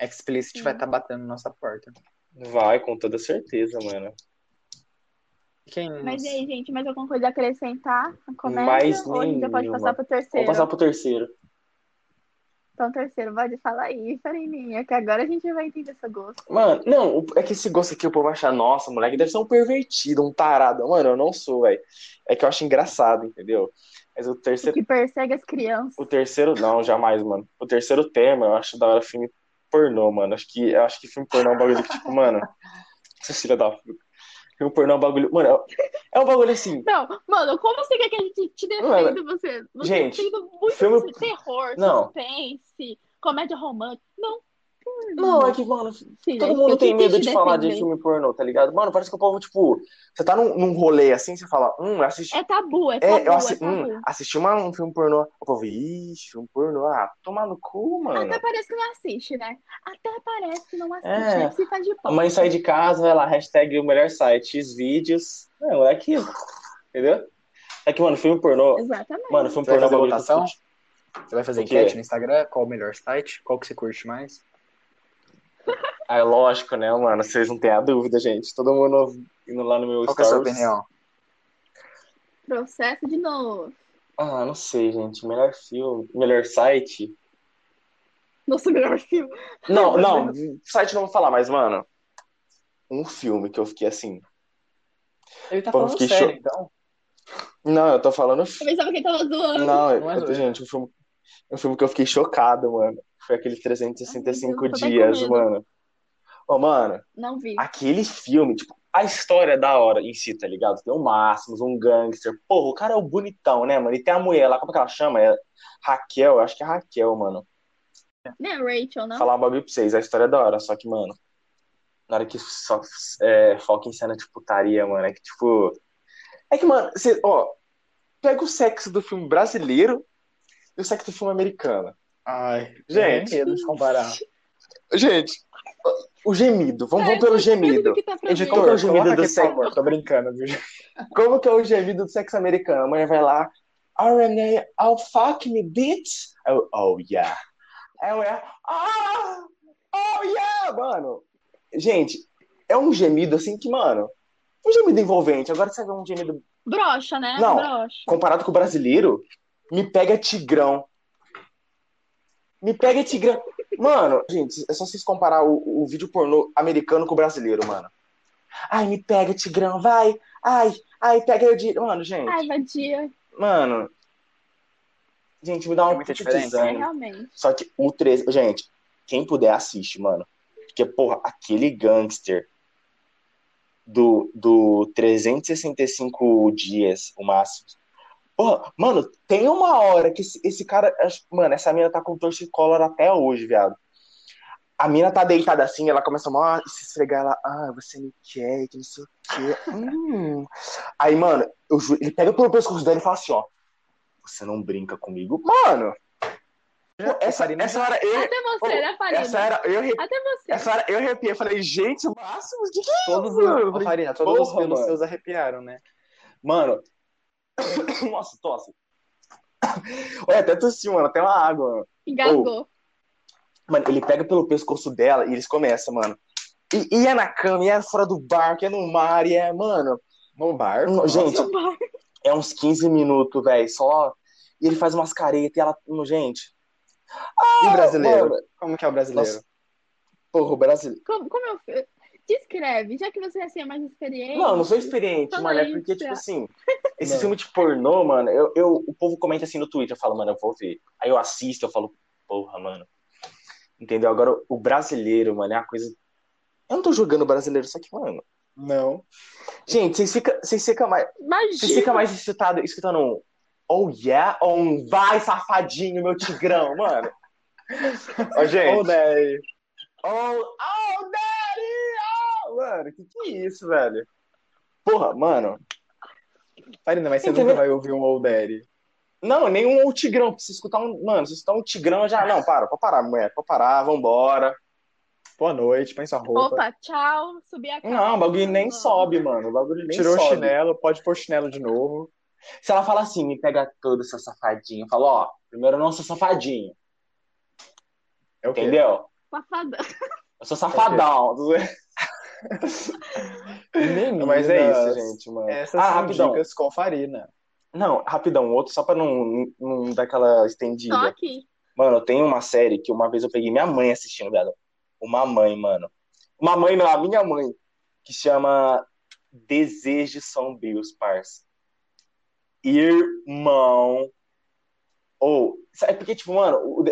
Explicit
Sim.
vai estar batendo na nossa porta.
Vai, com toda certeza, mano.
Quem não
Mas e aí, gente, mais alguma coisa a acrescentar? A comédia?
Mais
Ou a gente já pode
nenhuma.
passar pro
Vamos
terceiro?
passar pro terceiro.
Então, terceiro, pode falar aí, Farininha, que agora a gente vai entender seu gosto.
Mano, não, o- é que esse gosto aqui o povo vai achar, nossa, moleque, deve ser um pervertido, um tarado. Mano, eu não sou, velho. É que eu acho engraçado, entendeu? Mas o terceiro.
Que persegue as crianças.
O terceiro, não, jamais, mano. O terceiro tema, eu acho da hora filme pornô, mano. Acho que, eu acho que filme pornô é um bagulho que, tipo, mano. [LAUGHS] Seus filha da puta. Filme pornô é um bagulho. Mano, é- é um bagulho assim.
Não, mano, como você quer que a gente te defenda você? Você
gente,
tem sido muito
filme-
terror,
Não.
suspense, comédia romântica. Não.
Não, é que, mano,
Filha,
todo mundo
eu
tem
tentei
medo
te
de falar de
defender.
filme pornô, tá ligado? Mano, parece que o povo, tipo, você tá num, num rolê assim, você fala, hum, eu assisti.
É tabu, é tabu,
É,
é,
eu assi-
tabu.
hum, assisti uma- um filme pornô. O povo, ixi, filme pornô. Ah, tomar no cu, mano.
Até parece que não assiste, né? Até parece que não assiste,
É.
né? Se faz de
A
pau.
mãe sai de casa, vai lá, hashtag o melhor site, Xvideos. Não, é aquilo. Entendeu? É que, mano, filme pornô.
Exatamente.
Mano, filme
Você vai
pornô é um
fazer
bagulho que
votação?
discute.
Você vai fazer
O quê?
enquete no Instagram? Qual o melhor site? Qual que você curte mais?
Ah, é lógico, né, mano? Vocês não têm a dúvida, gente. Todo mundo indo lá no meu
Qual que é a sua
stories.
opinião?
Processo de novo.
Ah, não sei, gente. Melhor filme, melhor site.
Nosso melhor filme.
Não, não, site não vou falar, mas, mano. Um filme que eu fiquei assim.
Ele tá
Pô,
falando
fiquei
sério,
cho-
então.
Não, eu tô falando.
Eu pensava que ele tava zoando.
Não,
Não é
eu-
zoeira.
gente, um filme, um filme que eu fiquei chocado, mano. Foi aquele
Ai, meu
365
Deus, tô até com
dias,
medo.
mano. Ô, mano.
Não vi.
aquele filme, tipo, a história é da hora em si, tá ligado? Tem o Máximos, um gangster. Porra, o cara é o bonitão, né, mano? E tem a mulher lá, como é que ela chama? É Raquel, eu acho que é Raquel, mano.
Não é Rachel, não?
Falar um bagulho pra vocês, a história é da hora, só que, mano, na hora que só é, foca em cena de putaria, mano, é que, tipo. É que, mano, você, ó, pega o sexo do filme brasileiro e o sexo do filme americano.
Ai,
Gente.
tem medo de comparar.
Gente, o gemido, vamos, vamos pelo
Tudo
gemido.
que tá pra
Editor,
ver.
Coloca
o gemido
aqui,
do
por
sexo.
favor, Tô brincando,
[LAUGHS]
viu?
Como que é o gemido do sexo americano? A mulher vai lá, RNA, I'll oh, fuck me, bitch. Aí eu, oh yeah. Aí a mulher, ah, oh yeah, mano. Gente, é um gemido assim que, mano, um gemido envolvente. Agora você vê um gemido
Brocha, né?
Não.
Brocha.
comparado com o brasileiro, me pega tigrão. Me pega tigrão. Mano, gente, é só vocês comparar o, o vídeo pornô americano com o brasileiro, mano. Ai, me pega tigrão, vai. Ai, ai, pega eu de... Mano, gente,
Ai, vadia.
mano. Gente, me dá
Tem
um
muita
puta
diferença, né?
É,
desânimo.
realmente.
Só que o 13. Gente, quem puder assiste, mano. Porque, porra, aquele gangster do, do 365 dias, o máximo. Porra, mano, tem uma hora que esse, esse cara. acho- Mano, essa mina tá com torcicolor até hoje, viado. A mina tá deitada assim, ela começa a se esfregar, ela, ah, você me quer, que não sei o quê. Hum. Aí, mano, eu juro, ele pega pelo pescoço dela e fala assim, ó, você não brinca comigo. Mano, essa,
Farina
essa hora eu,
Até você, né, Farina?
É. essa era, eu, arre-
Até você.
essa era, eu arrepiei. Eu falei, gente, o máximo de que é
Todos,
isso? Eu
os, Ô,
falei,
Farina, todos os
porra,
pelos
mano.
seus arrepiaram, né?
Mano, [COUGHS] nossa, tosse. [COUGHS] Olha, até tossi, mano, até uma água. Mano.
Engasgou.
Mano, ele pega pelo pescoço dela e eles começam, mano. E, e é na cama, e é fora do barco, e é no mar, e é, mano.
No bar.
Não, Hum, gente,
Seu bar.
é uns 15 minutos, velho, só. E ele faz umas caretas e ela. Mano, Gente,
E brasileiro?
mano,
Como que é o brasileiro?
Nossa. porra, o brasileiro.
Como, como eu. fi- Descreve, já que você assim, é mais experiente.
Não, eu não sou experiente,
Fala
mano. É
aí,
porque,
Thiago.
tipo assim, esse
Mano.
filme de pornô, mano, eu, eu- o povo comenta assim no Twitter, eu falo, mano, eu vou ver. Aí eu assisto, eu falo, porra, mano. Entendeu? Agora, o brasileiro, mano, é uma coisa. Eu não tô julgando o brasileiro, só que, mano.
Não.
Gente, vocês ficam vocês fica mais, vocês
Imagina.
fica mais excitado, escutando um oh yeah ou um vai safadinho, meu tigrão, mano. [LAUGHS] Ô, gente.
Ou daí.
Oh, oh, daddy! Oh! Mano, que que é isso, velho? Porra, mano.
Farina, mas você
Entendeu?
nunca vai ouvir um Old Daddy.
Não, nenhum o Tigrão. Porque se escutar um. Mano, se escutar um Tigrão já. Não, para, pode parar, mulher. Pode parar, vambora.
Boa noite, põe sua roupa.
Opa, tchau. Subi a cara.
tá? Não, o bagulho nem
Não.
sobe, mano. O bagulho nem
Tirou
sobe.
o chinelo, pode pôr chinelo de novo.
Se ela fala assim, me pega todo, seu safadinho. Eu falo, ó, primeiro eu não sou safadinho,
É o quê?
entendeu?
Safadão.
Eu sou safadão.
Meninas,
[LAUGHS] Mas é isso, gente, mano.
Essas
ah,
são
rapidão.
dicas com Farina.
Não, rapidão, outro, só pra não, não dar aquela estendida.
Só aqui.
Mano, tem uma série que uma vez eu peguei minha mãe assistindo, velho. Uma mãe, mano. Uma mãe, não, a minha mãe. Que chama Desejos Sombrios, parça. Irmão. Ou. sabe porque, tipo, mano, o,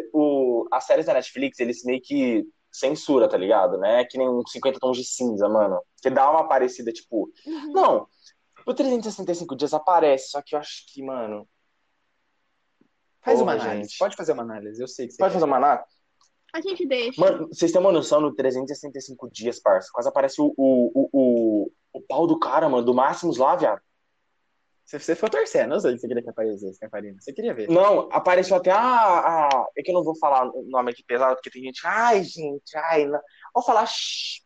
o- as séries da Netflix, eles meio que censura, tá ligado? Né? Que nem um 50 tons de cinza, mano. Que dá uma parecida, tipo.
Uhum.
Não. O 365 dias aparece, só que eu acho que, mano.
Faz
Porra,
uma análise.
gente.
Pode fazer uma análise, eu sei que você
Pode
quer.
fazer uma análise?
A gente deixa.
Mano, vocês têm uma noção no 365 dias, parça? Quase aparece o, o, o, o, o pau do cara, mano, do Máximos lá, viado.
Se você for torcendo, eu sei que você queria que aparecesse, né, Farina? Você queria ver.
Não, apareceu até a, a. É que eu não vou falar o nome aqui pesado, porque tem gente. Ai, gente, ai. Não. Vou falar. shhh.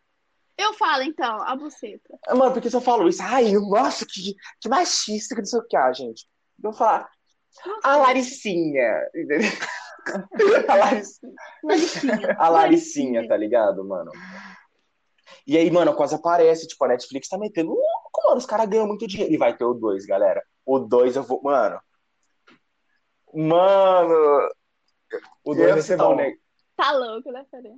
Ah,
Eu falo, então, a buceta.
Mano, porque se eu falo isso, ai, nossa, que, que machista, que não sei o que, ah, gente. Eu vou falar. A Laricinha. [LAUGHS] entendeu? a Laricinha. [LAUGHS]
Laricinha.
A Laricinha, tá ligado, mano? E aí, mano, quase aparece, tipo, a Netflix tá metendo louco, mano, os caras ganham muito dinheiro. E vai ter o 2, galera. O 2 eu vou, mano. Mano,
O dois vai ser
tá um
bom, né?
neg-
Tá louco, né, Fernanda?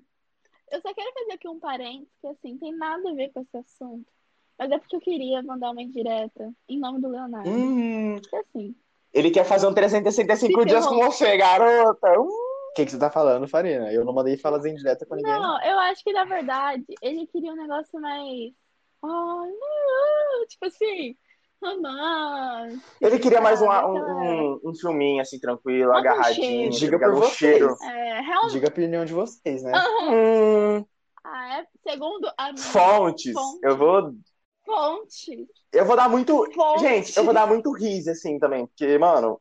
Eu só quero fazer aqui um parênteses, que assim, tem nada a ver com esse assunto. Mas é porque eu queria mandar uma indireta em nome do Leonardo.
Hum,
Porque assim,
ele quer fazer um 365
Se
dias com
ferrou.
você, garota. Hum.
O que, que você tá falando, Farina? Eu não mandei falas indiretas com ninguém.
não, eu acho que na verdade ele queria um negócio mais Ah, não! Tipo assim, romance.
Ele queria mais um, um, um, um filminho assim, tranquilo,
é. Manda um cheiro.
agarradinho, tá
Diga
ligado?
por
um
vocês.
cheiro.
É, Ah, realmente.
Diga a opinião de vocês,
é
né?
Aham.
Hum,
Ah, é, segundo a minha
fontes.
Fontes.
Eu vou.
fonte.
Eu vou dar muito.
Fonte.
Gente, eu vou dar muito riso, assim, também. Porque, mano,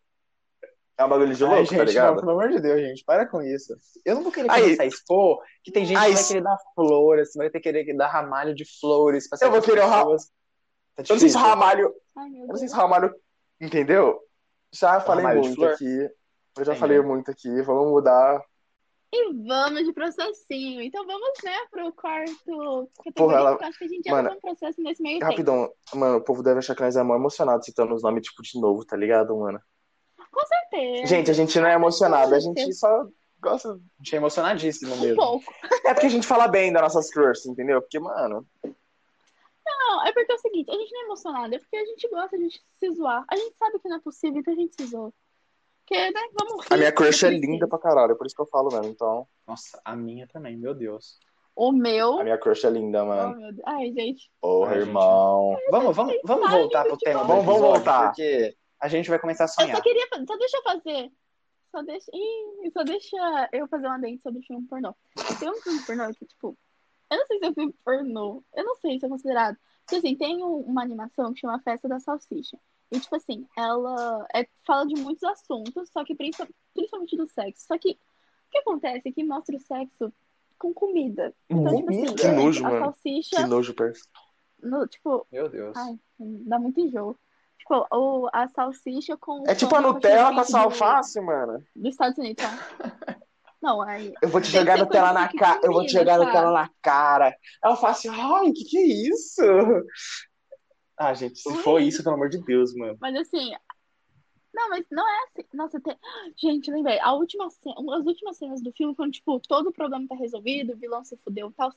é um bagulho de louco,
Ai,
tá
gente, não,
ligado?
pelo amor de Deus, gente, para com isso. Eu não vou querer
Aí.
começar a expor que tem gente
Aí.
que vai querer dar flores, vai ter que querer dar ramalho de flores pra
Eu vou
certas
querer o ra-
pessoas. Tá
Eu não sei se
difícil.
o Ramalho.
Ai, meu
Eu não sei
Deus.
se o Ramalho. Entendeu?
Já falei
Ramalho de
muito
flor?
aqui. Eu já
Tem,
falei
né?
muito aqui. Vamos mudar.
E vamos de processinho. Então vamos, né, pro quarto categoria,
Porra, ela-
porque eu acho que a gente já
Mano,
tá um processo nesse meio tempo.
Rapidão. Mano, o povo deve achar que nós é mó emocionado citando os nomes, tipo, de novo, tá ligado, mano?
Com certeza.
Gente, a gente não é emocionado, a gente só gosta.
A gente é emocionadíssimo
um
mesmo.
pouco.
É porque a gente fala bem das nossas crushs, entendeu? Porque, mano.
Não, é porque é o seguinte, a gente não é emocionado, é porque a gente gosta, a gente se zoar. A gente sabe que não é possível, então a gente se zoa. Porque, né, vamos rir.
A minha crush é
Sim.
linda pra caralho, por isso que eu falo mesmo. Então,
Nossa, a minha também, meu Deus.
O meu...
a minha crush é linda,
Oh,
mano.
meu Deus. Ai, gente.
Porra,
Ai, gente.
irmão.
Vamos, vamos, vamos
Ai,
voltar pro
gente,
tema. do
vamos. Vamos
episódio,
voltar.
Porque a gente vai começar a
Eu só
sonhar.
queria... fa- Só deixa eu fazer... Só deixa... Ih, só deixa eu fazer um adendo sobre filme pornô. Tem um filme pornô que, tipo... Eu não sei se é filme pornô. Eu não sei se é considerado. Porque, assim, tem um- uma animação que chama Festa da Salsicha. E, tipo assim, ela é- fala de muitos assuntos, só que princi- principalmente do sexo. Só que o que acontece é que mostra o sexo com comida. Então, tipo assim,
Que nojo,
a é
mano. Que
salsicha,
nojo, parça.
no, tipo,
Meu Deus.
Ai. dá muito enjoo. Tipo, ou a salsicha com.
É tipo a
com
Nutella com
acompanhamento
essa alface, mano.
Do, dos Estados Unidos, tá?
[LAUGHS]
Não, aí.
Eu vou te
Tem
jogar
que ter
Nutella
coisa
na
que
cara. Eu vou te
combina,
jogar
sabe?
Nutella na cara. Ela fala assim, ai, que que é isso? Ah, gente, se
Ui.
for isso, pelo amor de Deus, mano.
Mas assim. Não, mas não é assim. Nossa, tem. Gente, lembrei. A última cena, as últimas cenas do filme, quando, tipo, todo o problema tá resolvido, o vilão se fudeu e tal.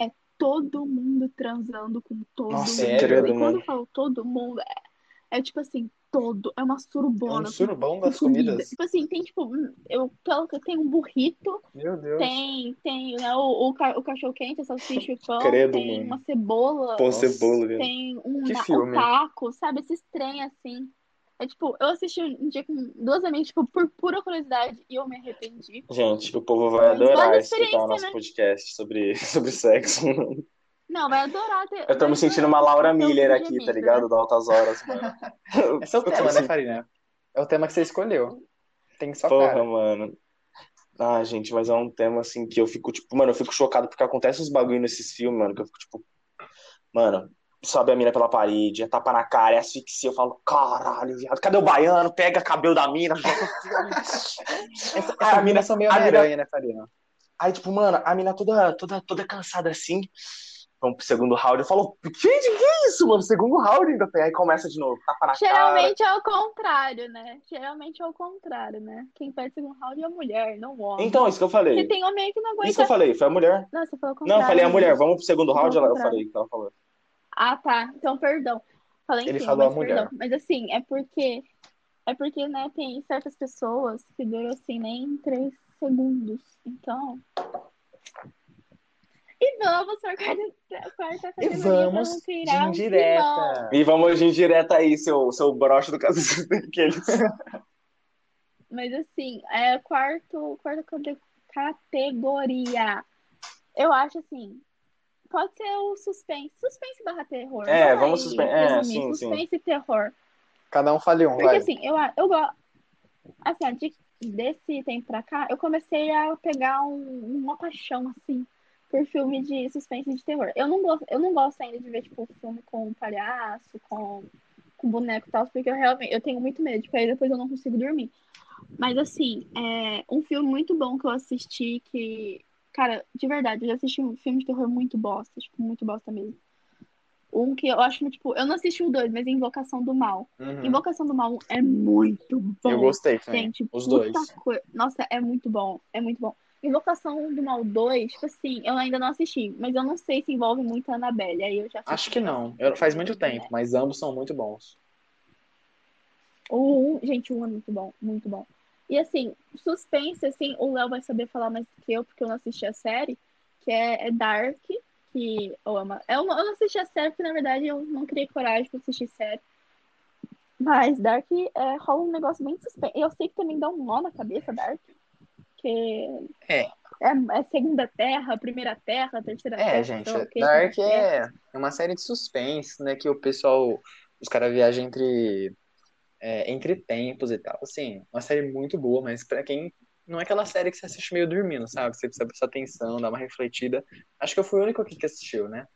É todo mundo transando com todo
Nossa,
mundo.
credo,
e quando
mano.
eu falo todo mundo, é, é tipo assim, todo. É uma
É um
surubona. com
surubão das
comida.
comidas.
Tipo assim, tem tipo, hum, eu, pelo que tem um burrito,
Meu Deus.
tem, tem né, o, o, ca- o cachorro quente, a salsicha e o
[LAUGHS]
pão,
Credo,
tem
mano.
uma cebola,
Pô,
Nossa.
cebola, velho.
tem um,
Que
na- um
filme.
taco, sabe? Esses trem assim. É tipo, eu assisti um dia com duas amigas, tipo, por pura curiosidade, e eu me arrependi.
Gente, o povo vai adorar
Várias
escutar o
experiências,
nosso
né?
podcast sobre, [LAUGHS] sobre sexo, mano.
Não, vai adorar ter.
Eu tô
vai
me sentindo
adorar
uma
ter
Laura
opção
Miller
de
aqui,
amiga,
tá
né?
ligado? Do Altas Horas, mano.
Esse é o
Eu tô
tema, né,
assim,
Farina? É o tema que você escolheu. Tem que só
Porra,
cara.
mano. Ah, gente, mas é um tema assim que eu fico, tipo, mano, eu fico chocado porque acontece uns bagulho nesses filmes, mano, que eu fico, tipo, mano, sobe a mina pela parede, é tapa na cara, é asfixia, eu falo, caralho, viado, cadê o baiano? Pega cabelo da mina, [LAUGHS] joga.
Essa,
Ai,
essa
a mina-
Ah, mina são meio
a mina-
aranha, né, Farina?
Aí, tipo, mano, a mina toda, toda, toda cansada assim. Vamos pro segundo round. Eu falo, gente, que é isso, mano? Segundo round ainda tem. Aí começa de novo, tapa na Ah, cara.
Geralmente é o contrário, né? Geralmente é o contrário, né? Quem perde o segundo round é a mulher, não o homem.
Então, isso que eu falei.
Porque tem homem aí que não aguenta.
Isso que eu falei, foi a mulher.
Nossa, você falou o
Não,
contrário.
eu falei a mulher, vamos pro segundo
Não,
round, ela, eu
contrário.
falei o que ela falou.
Ah, tá. Então, perdão. Falei em
Ele
cima,
falou
mas
a mulher.
perdão. Mas assim, é porque é porque, né, tem certas pessoas que duram assim nem três segundos. Então. E vamos pra quarta, quarta
E
categoria
vamos de
tirar um climão.
indireta.
E vamos hoje em direto aí, seu, seu broche do caso [LAUGHS] daqueles.
Mas assim, é quarto, quarta cate- categoria. Eu acho assim. Pode ser o suspense. Suspense barra terror.
É,
Vai
vamos suspen- é,
resumir,
sim, sim.
Suspense e terror.
Cada um fale um,
Porque
vai.
assim, eu, a- eu gosto. Assim, ó, de- desse tempo pra cá, eu comecei a pegar um- uma paixão, assim, por filme de suspense e de terror. Eu não gosto, eu não gosto ainda de ver, tipo, filme com palhaço, com, com boneco e tal, porque eu realmente eu tenho muito medo, porque aí depois eu não consigo dormir. Mas assim, é um filme muito bom que eu assisti que. Cara, de verdade, eu já assisti um filme de terror muito bosta, tipo, muito bosta mesmo. Um que eu acho, tipo, eu não assisti o dois, mas Invocação do Mal.
Uhum.
Invocação do Mal é muito bom.
Eu gostei também.
gente,
Os
muita
dois.
coi- Nossa, é muito bom. É muito bom. Invocação do Mal 2, tipo assim, eu ainda não assisti, mas eu não sei se envolve muito a Annabelle. Aí eu já fico-
Acho que não. Eu- faz muito tempo, mas ambos são muito bons.
O um, gente, o um é muito bom, muito bom. E assim, suspense, assim, o Léo vai saber falar mais do que eu, porque eu não assisti a série, que é, é Dark. que eu amo. É uma, eu não assisti a série, porque na verdade eu não criei coragem pra assistir série. Mas Dark é, rola um negócio bem suspenso. Eu sei que também dá um nó na cabeça, Dark. Que
É.
é, é segunda terra, primeira terra, terceira terra.
É, gente,
sei lá Então, o quê,
Dark
sei lá o quê.
é uma série de suspense, né? Que o pessoal, os caras viajam entre, é, entre tempos e tal. Assim, uma série muito boa, mas pra quem. Não é aquela série que você assiste meio dormindo, sabe? Você precisa prestar atenção, dar uma refletida. Acho que eu fui o único aqui que assistiu, né?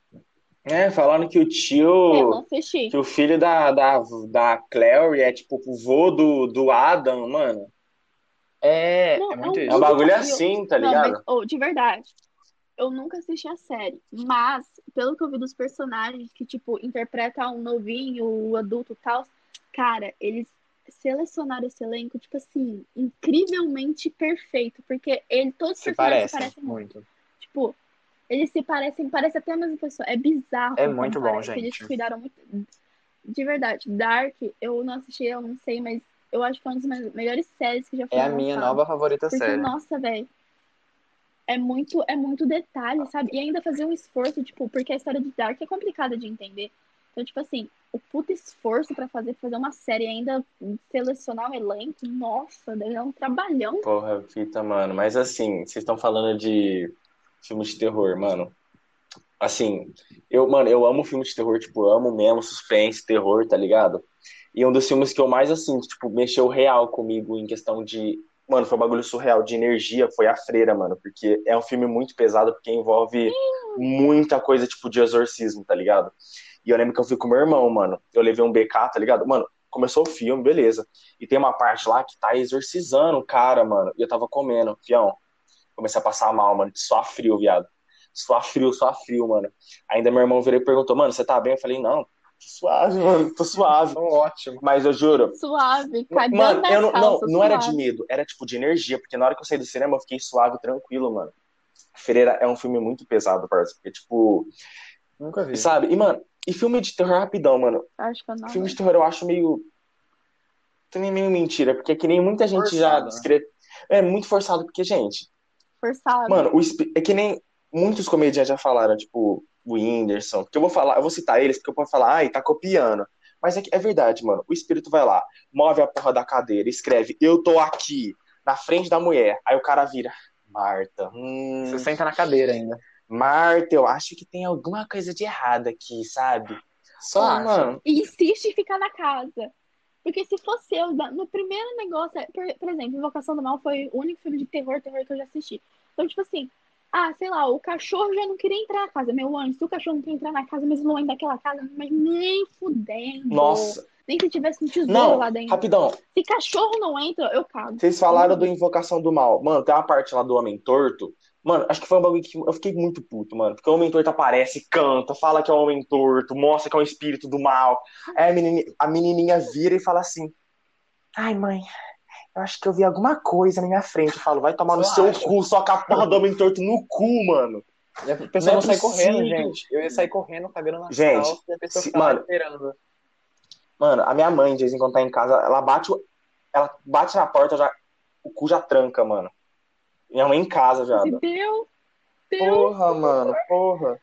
É, falaram que o
Eu não
tio.
assisti.
Que o filho da, da, da Clary é tipo o vô do, do Adam, mano.
É,
Não,
é muito
é um
É um
isso.
bagulho
Eu-
assim, tá
Não,
ligado?
mas, ô, de verdade, eu nunca assisti a série, mas pelo que eu vi dos personagens que, tipo, interpreta um novinho, o adulto e tal, cara, eles selecionaram esse elenco, tipo assim, incrivelmente perfeito, porque ele, todos os
Se
personagens
parece
se parecem muito.
muito.
Tipo, eles se parecem, parece até a mesma pessoa. É bizarro.
É
como
muito bom,
parece, Eles
gente.
cuidaram muito. De verdade, Dark, eu não assisti, eu não sei, mas eu acho que é uma das me- melhores séries que já foi
É a minha
lançada.
nova favorita
Porque,
série.
nossa, velho, é muito, é muito detalhe, sabe? E ainda fazer um esforço, tipo, porque a história de Dark é complicada de entender. Então, tipo assim, o puto esforço pra fazer, fazer uma série e ainda selecionar o elenco, nossa, deve dar um trabalhão.
Porra, fita, mano. Mas assim, vocês estão falando de filme de terror, mano. Assim, eu, mano, eu amo filme de terror, tipo, eu amo mesmo suspense, terror, tá ligado? E um dos filmes que eu mais, assim, tipo, mexeu real comigo em questão de. Mano, foi um bagulho surreal de energia, foi A Freira, mano. Porque é um filme muito pesado, porque envolve muita coisa, tipo, de exorcismo, tá ligado? E eu lembro que eu fui com meu irmão, mano. Eu levei um BK, tá ligado? Mano, começou o filme, beleza. E tem uma parte lá que tá exorcizando o cara, mano. E eu tava comendo, fião. Comecei a passar mal, mano. Só frio, viado. Só frio, só frio, mano. Ainda meu irmão virou e perguntou, mano, você tá bem? Eu falei, não, tô suave, mano, tô suave.
Então, ótimo.
Mas eu juro.
Suave, cagando
Mano,
nas
eu não, não,
calças,
não era de
suave.
medo, era tipo de energia, porque na hora que eu saí do cinema eu fiquei suave, tranquilo, mano. Freira é um filme muito pesado, parece. Porque, tipo,
Nunca vi.
sabe? E, mano, e filme de terror rapidão, mano.
Acho que eu não.
Filme de terror eu acho meio. Também meio mentira, porque é que nem muita gente já
Forçado, né?
descreve. É muito forçado, porque, gente,
Forçado.
mano, o espi- é que nem muitos comediantes já falaram, tipo, o Whindersson, porque eu vou falar, eu vou citar eles, porque eu vou falar, ai, tá copiando. Mas é, que- é verdade, mano. O espírito vai lá, move a porra da cadeira, escreve, eu tô aqui, na frente da mulher. Aí o cara vira, Marta, hum,
Você senta na cadeira ainda.
Marta, eu acho que tem alguma coisa de errado aqui, sabe?
Só
Ah,
acha.
mano.
E insiste em ficar na casa. Porque se fosse eu, da- no primeiro negócio. é- Por, por exemplo, Invocação do Mal foi o único filme de terror, terror que eu já assisti. Então, tipo assim, ah, sei lá, o cachorro já não queria entrar na casa. Meu anjo, se o cachorro não quer entrar na casa, mas não entra naquela casa, mas nem fudendo.
Nossa.
Nem se tivesse um tesouro
Não,
lá dentro.
rapidão.
Se cachorro não entra, eu cago.
Vocês falaram do Invocação do Mal. Mano, tem uma parte lá do Homem Torto. Mano, acho que foi um bagulho que eu fiquei muito puto, mano. Porque o Homem Torto aparece, canta, fala que é o Homem Torto, mostra que é um espírito do mal. Aí a menininha, a menininha vira e fala assim: Ai, mãe, eu acho que eu vi alguma coisa na minha frente. Eu falo: Vai tomar no
Só
seu
acha.
cu, só com a porra do Homem Torto no cu, mano.
E a pessoa
Não
não,
é
sai correndo,
possível.
gente. Eu ia sair correndo, cagando na
Gente,
calça, e a pessoa
se-
fica lá
mano.
esperando.
Mano, a minha mãe, de vez em quando tá em casa, ela bate, o- ela bate na porta, já, o cu já tranca, mano. Minha mãe em casa, já.
Meu Deus, Deus.
Porra, mano, porra.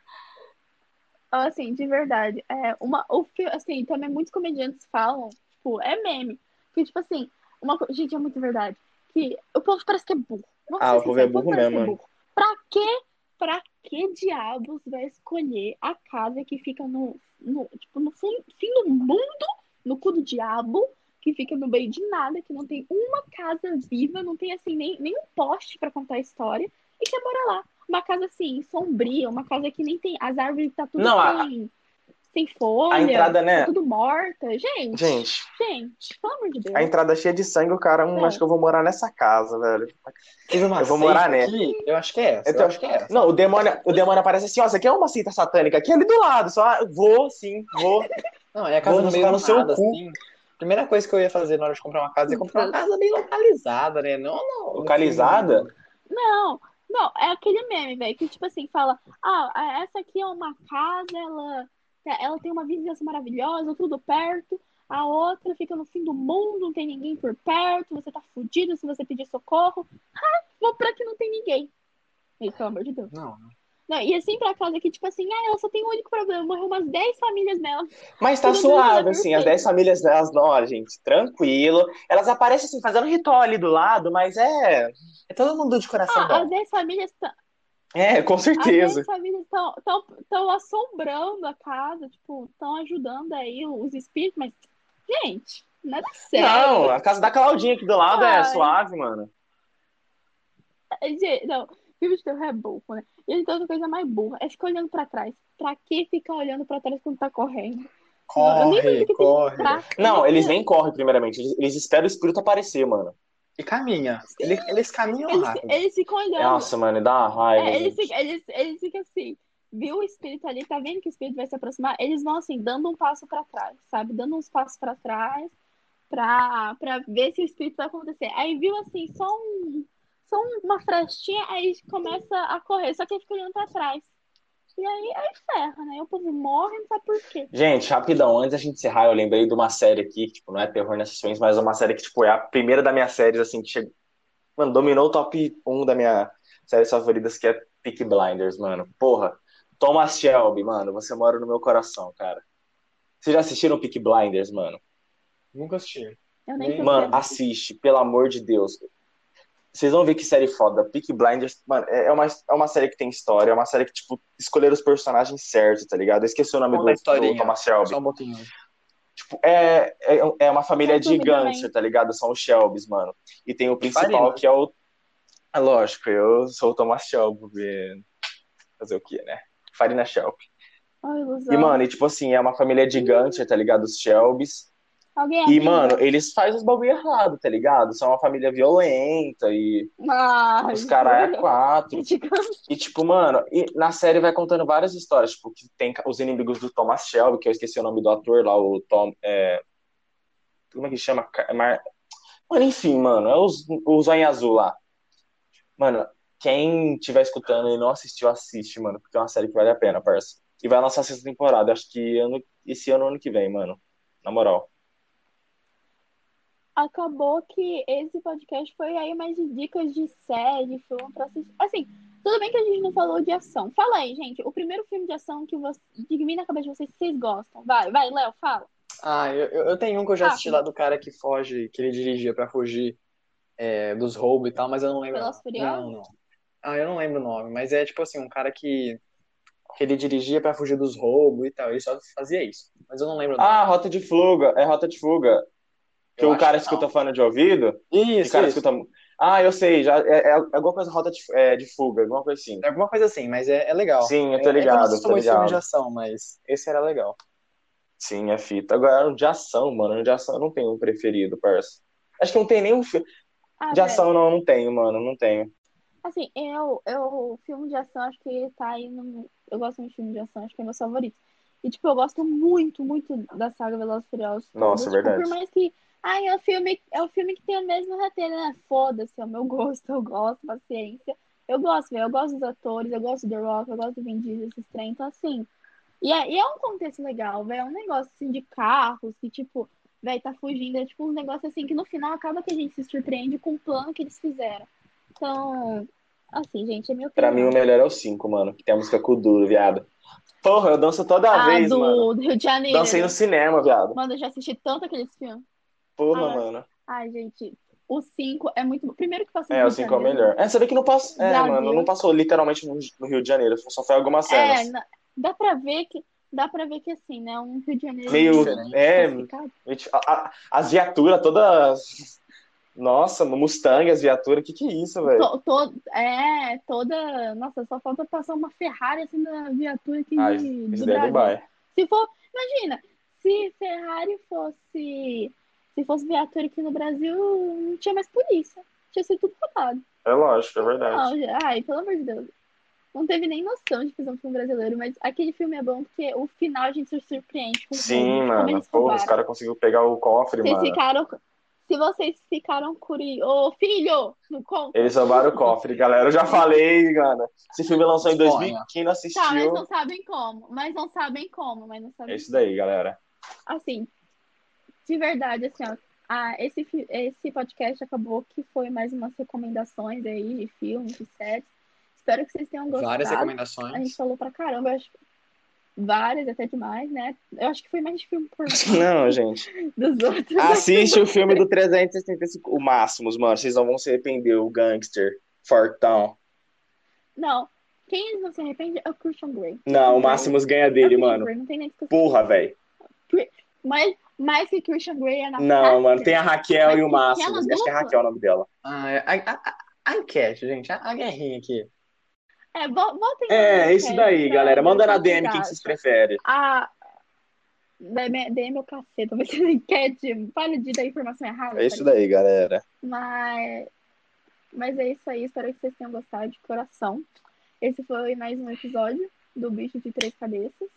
Assim, de verdade, é uma, o filme, assim, também muitos comediantes falam, tipo, é meme, que, tipo assim, uma co- gente, é muito verdade, que o povo parece que é burro. Vamos
Ah,
ser
o povo é
sinceros,
burro
parece
mesmo,
que é burro. Pra que, pra que diabos vai escolher a casa que fica no, no tipo, no fim, fim do mundo, no cu do diabo, que fica no meio de nada, que não tem uma casa viva, não tem, assim, nem, nem um poste pra contar a história, e quer morar lá. Uma casa, assim, sombria, uma casa que nem tem, as árvores tá tudo
Não, a-
sem sem folha,
A entrada, né?
tá tudo morta. Gente, gente,
Gente,
pelo amor de Deus.
a entrada cheia de sangue, o cara, hum,
Não.
acho que eu vou morar nessa casa, velho.
Teve uma
Eu vou
seita
morar nela.
aqui, Eu acho que é essa.
Então-
eu acho que é essa.
Não, o demônio, o demônio aparece assim, ó, você quer uma cinta satânica aqui ali do lado, só ah, vou, sim, vou.
Não, é a casa
Vou
no meio
buscar no
do
seu
nada,
cu.
assim. Primeira coisa que eu ia fazer na hora de comprar uma casa é comprar uma casa bem localizada, né? Não, não.
Localizada?
Não, não, é aquele meme, velho, que tipo assim, fala: ah, essa aqui é uma casa, ela, ela tem uma vizinhança maravilhosa, tudo perto. A outra fica no fim do mundo, não tem ninguém por perto, você tá fudido se você pedir socorro. Ah, vou pra que não tem ninguém. Gente, pelo amor de Deus.
Não,
Não, e assim pra casa que, tipo assim, ah, ela só tem um único problema, morreu umas 10 famílias nela.
Mas tá
Tudo
suave,
bem,
assim,
perfeito.
as 10 famílias delas, não, ó, gente, tranquilo. Elas aparecem, assim, fazendo ritual ali do lado, mas é. É todo mundo de coração
Ah,
bom.
as 10 famílias tão-
É, com
as 10
certeza.
famílias estão tão, tão assombrando a casa, tipo, estão ajudando aí os espíritos, mas, gente, é nada sério.
Não, a casa da Claudinha aqui do lado é
Ai.
suave, mano.
Gente, Não, filme É de terror é burro, né? E a gente outra coisa mais burra é ficar olhando pra trás. Pra que ficar olhando pra trás quando tá correndo? Eu nem lembro
Corre,
que tem
corre.
Pra...
Não, eles
é.
nem correm, primeiramente. Eles, eles esperam o espírito aparecer, mano.
E caminha. Ele- Eles, caminham
Eles,
rápido.
eles ficam olhando.
Nossa, mano, dá É uma raiva.
É, eles,
gente.
ficam, eles, eles ficam assim, viu o espírito ali, tá vendo que o espírito vai se aproximar? Eles vão assim, dando um passo pra trás, sabe? Dando uns passos pra trás pra, pra ver se o espírito vai acontecer. Aí viu assim, só um. Só uma frestinha, aí começa a correr, só que ele fica olhando pra trás. E aí, aí ferra, né? O povo morre, não sabe por quê.
Gente, rapidão, antes da gente encerrar, eu lembrei de uma série aqui, que, tipo, não é terror necessariamente, mas é uma série que, tipo, é a primeira da minha série, assim, que chegou. Mano, dominou o top 1 da minha série favoritas, que é Peaky Blinders, mano. Porra, Thomas Shelby, mano, você mora no meu coração, cara. Vocês já assistiram Peaky Blinders, mano?
Nunca assisti.
Eu nem sei o que
Mano, assim,
é.
assiste, pelo amor de Deus. Vocês vão ver que série foda. Peaky Blinders, mano, é é uma, é uma série que tem história, é uma série que, tipo, escolheram os personagens certos, tá ligado? Eu esqueci o nome
Conta
do,
a historinha.
do Thomas Shelby.
Só um pouquinho.
Tipo, é, é, é uma família
Uma
de
família
gangster, tá ligado? São os Shelbys, mano. E tem o principal,
Farina.
que é o. É lógico, eu sou o Thomas Shelby. Fazer o quê, né? Farina Shelby.
Ai, ilusão.
E, mano, e tipo assim, é uma família de gangster, tá ligado? Os Shelbys.
Alguém
E,
amiga?
mano, eles fazem os bagulho errado, tá ligado? São uma família violenta e
Ai,
os
[LAUGHS]
caras é quatro.
Criticando.
E, tipo, mano, e na série vai contando várias histórias. Tipo, que tem os inimigos do Thomas Shelby, que eu esqueci o nome do ator lá, o Tom. é, Como é que chama? Ca- Mar... Mano, enfim, mano, é os, o Zóio Azul lá. Mano, quem estiver escutando e não assistiu, assiste, mano, porque é uma série que vale a pena, parça. E vai lançar a sexta temporada, acho que ano... esse ano, ano que vem, mano. Na moral.
Acabou que esse podcast foi aí mais de dicas de série, filme pra assistir. Assim, tudo bem que a gente não falou de ação. Fala aí, gente, o primeiro filme de ação que você, de que vem na cabeça de vocês, que vocês gostam. Vai, vai, Léo, fala.
Ah, eu, eu eu tenho um que eu já assisti lá do cara que foge, que ele dirigia pra fugir é, dos roubos e tal, mas eu não lembro.
Velozes e Furiosos?
Não, não. Ah, eu não lembro o nome, mas é tipo assim, um cara que, que ele dirigia pra fugir dos roubos e tal, ele só fazia isso. Mas eu não lembro o nome.
Ah, Rota de Fuga, é Rota de Fuga. Que
Eu
o
acho
cara
que não.
escuta fone de ouvido.
Isso,
o cara
isso.
escuta. Ah, eu sei, já é, é alguma coisa rota de, é, de fuga, alguma coisa assim.
É Alguma coisa assim, mas é, é legal.
Sim,
É, é
eu tô
que eu não
ligado,
assisto
tô
muito filme de
ligado.
ação, mas esse era legal.
Sim, é fita. Agora, de ação, mano, de ação eu não tenho um preferido, parça. Acho que não tem nenhum filme.
Ah,
De
velho.
ação não, não tenho, mano, não tenho.
Assim, eu, eu, filme de ação, acho que ele tá aí no. Eu gosto muito de filme de ação, acho que é meu favorito. E, tipo, eu gosto muito, muito da saga Velozes e Furiosos.
Nossa, é
Tipo,
verdade.
Por mais que. Ai, é o filme, é o filme que tem a mesma roteiro, né? Foda-se, é o meu gosto, [LAUGHS] eu gosto, paciência. Eu gosto, velho. Eu gosto dos atores, eu gosto do The Rock, eu gosto do Vin Diesel, esses trem. Então, assim. E é, e é um contexto legal, velho. É um negócio, assim, de carros, que, tipo, velho, tá fugindo. É, tipo, um negócio, assim, que no final acaba que a gente se surpreende com o plano que eles fizeram. Então, assim, gente, é minha
Pra
opinião.
mim, o melhor é o 5, mano, que tem a música com o Duro, viado. Porra, eu danço toda
Ah,
vez,
do,
mano.
do Rio de Janeiro.
Dancei no cinema, viado.
Mano, eu já assisti tanto aqueles filmes.
Porra,
Ah,
mano.
Ai, gente, o 5 é muito bom. Primeiro que passou no
É,
Rio
o
de
5 é o
Janeiro.
melhor. É, você vê que não passou. É,
Brasil.
mano, não passou literalmente no no Rio de Janeiro, só foi algumas
É,
cenas.
na- dá pra ver que, dá pra ver que assim, né? Um Rio de Janeiro
Meio.
diferente,
É,
classificado.
E, tipo, a- a- As viaturas todas. Nossa, no Mustang, as viaturas, que que é isso, velho?
To- to- é, toda. Nossa, só falta passar uma Ferrari assim na viatura aqui
Ah,
de, do
isso daí é
Brasil.
Dubai.
Se for, imagina, se Ferrari fosse, se fosse viatura aqui no Brasil, não tinha mais polícia. Tinha sido tudo roubado.
É lógico, é verdade.
Não, já- ai, pelo amor de Deus. Não teve nem noção de fazer um filme brasileiro, mas aquele filme é bom porque o final a gente se surpreende com
Sim,
como, como
mano.
eles
Porra, os
roubaram.
caras conseguiram pegar o cofre,
Vocês
mano.
ficaram, se vocês ficaram curiosos, ô filho, não conta.
Eles roubaram o cofre, galera. Eu já falei, cara. Esse filme lançou em
Espanha.
2000. Quem não
Tá, mas não
assistiu.
sabem como, mas não sabem como, mas não
É
sabem.
isso daí, galera.
Assim, de verdade, assim, ó, ah, esse, fi- esse podcast acabou que foi mais umas recomendações aí de filmes, de séries. Espero que vocês tenham gostado.
Várias
A gente
recomendações.
falou pra caramba, eu acho que várias, até demais, né? Eu acho que foi mais de filme por
[LAUGHS] Não, Ah. gente.
[LAUGHS] dos outros.
Assiste o filme do 365, o Máximos, mano. Vocês não vão se arrepender, o Gangster, Fortão.
Não. Quem não se arrepende é o Christian Grey.
Não, o Máximos ganha
É o
dele,
Christian
mano.
Grey, não tem nem discussão.
Porra, velho.
Mas mais que Christian Grey é na
Não, mano, tem a Raquel e o
Mas tem aquela
Máximos. Acho que é
dupla.
Raquel o nome dela.
Ah, é- a, a- a- a enquete, gente. A, a guerrinha aqui.
É, bo- botem
É,
aí,
isso
gente,
daí,
pra
galera.
ver
Manda
o
na
que
DM quem
vocês
que vocês
acham.
preferem.
Ah, DM, DM é o caceta, [LAUGHS] você não quer de, para de dar informação errada.
É isso daí, galera.
Mas, mas é isso aí, espero que vocês tenham gostado de coração. Esse foi mais um episódio do Bicho de Três Cabeças.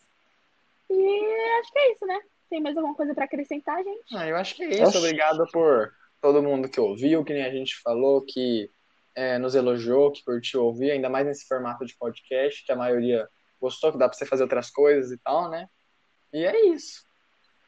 E acho que é isso, né? Tem mais alguma coisa pra acrescentar, gente?
Ah, eu acho que é isso.
Oxi.
Obrigado por todo mundo que ouviu, que nem a gente falou, que é, nos elogiou, que curtiu ouvir, ainda mais nesse formato de podcast, que a maioria gostou, que dá pra você fazer outras coisas e tal, né? E é isso.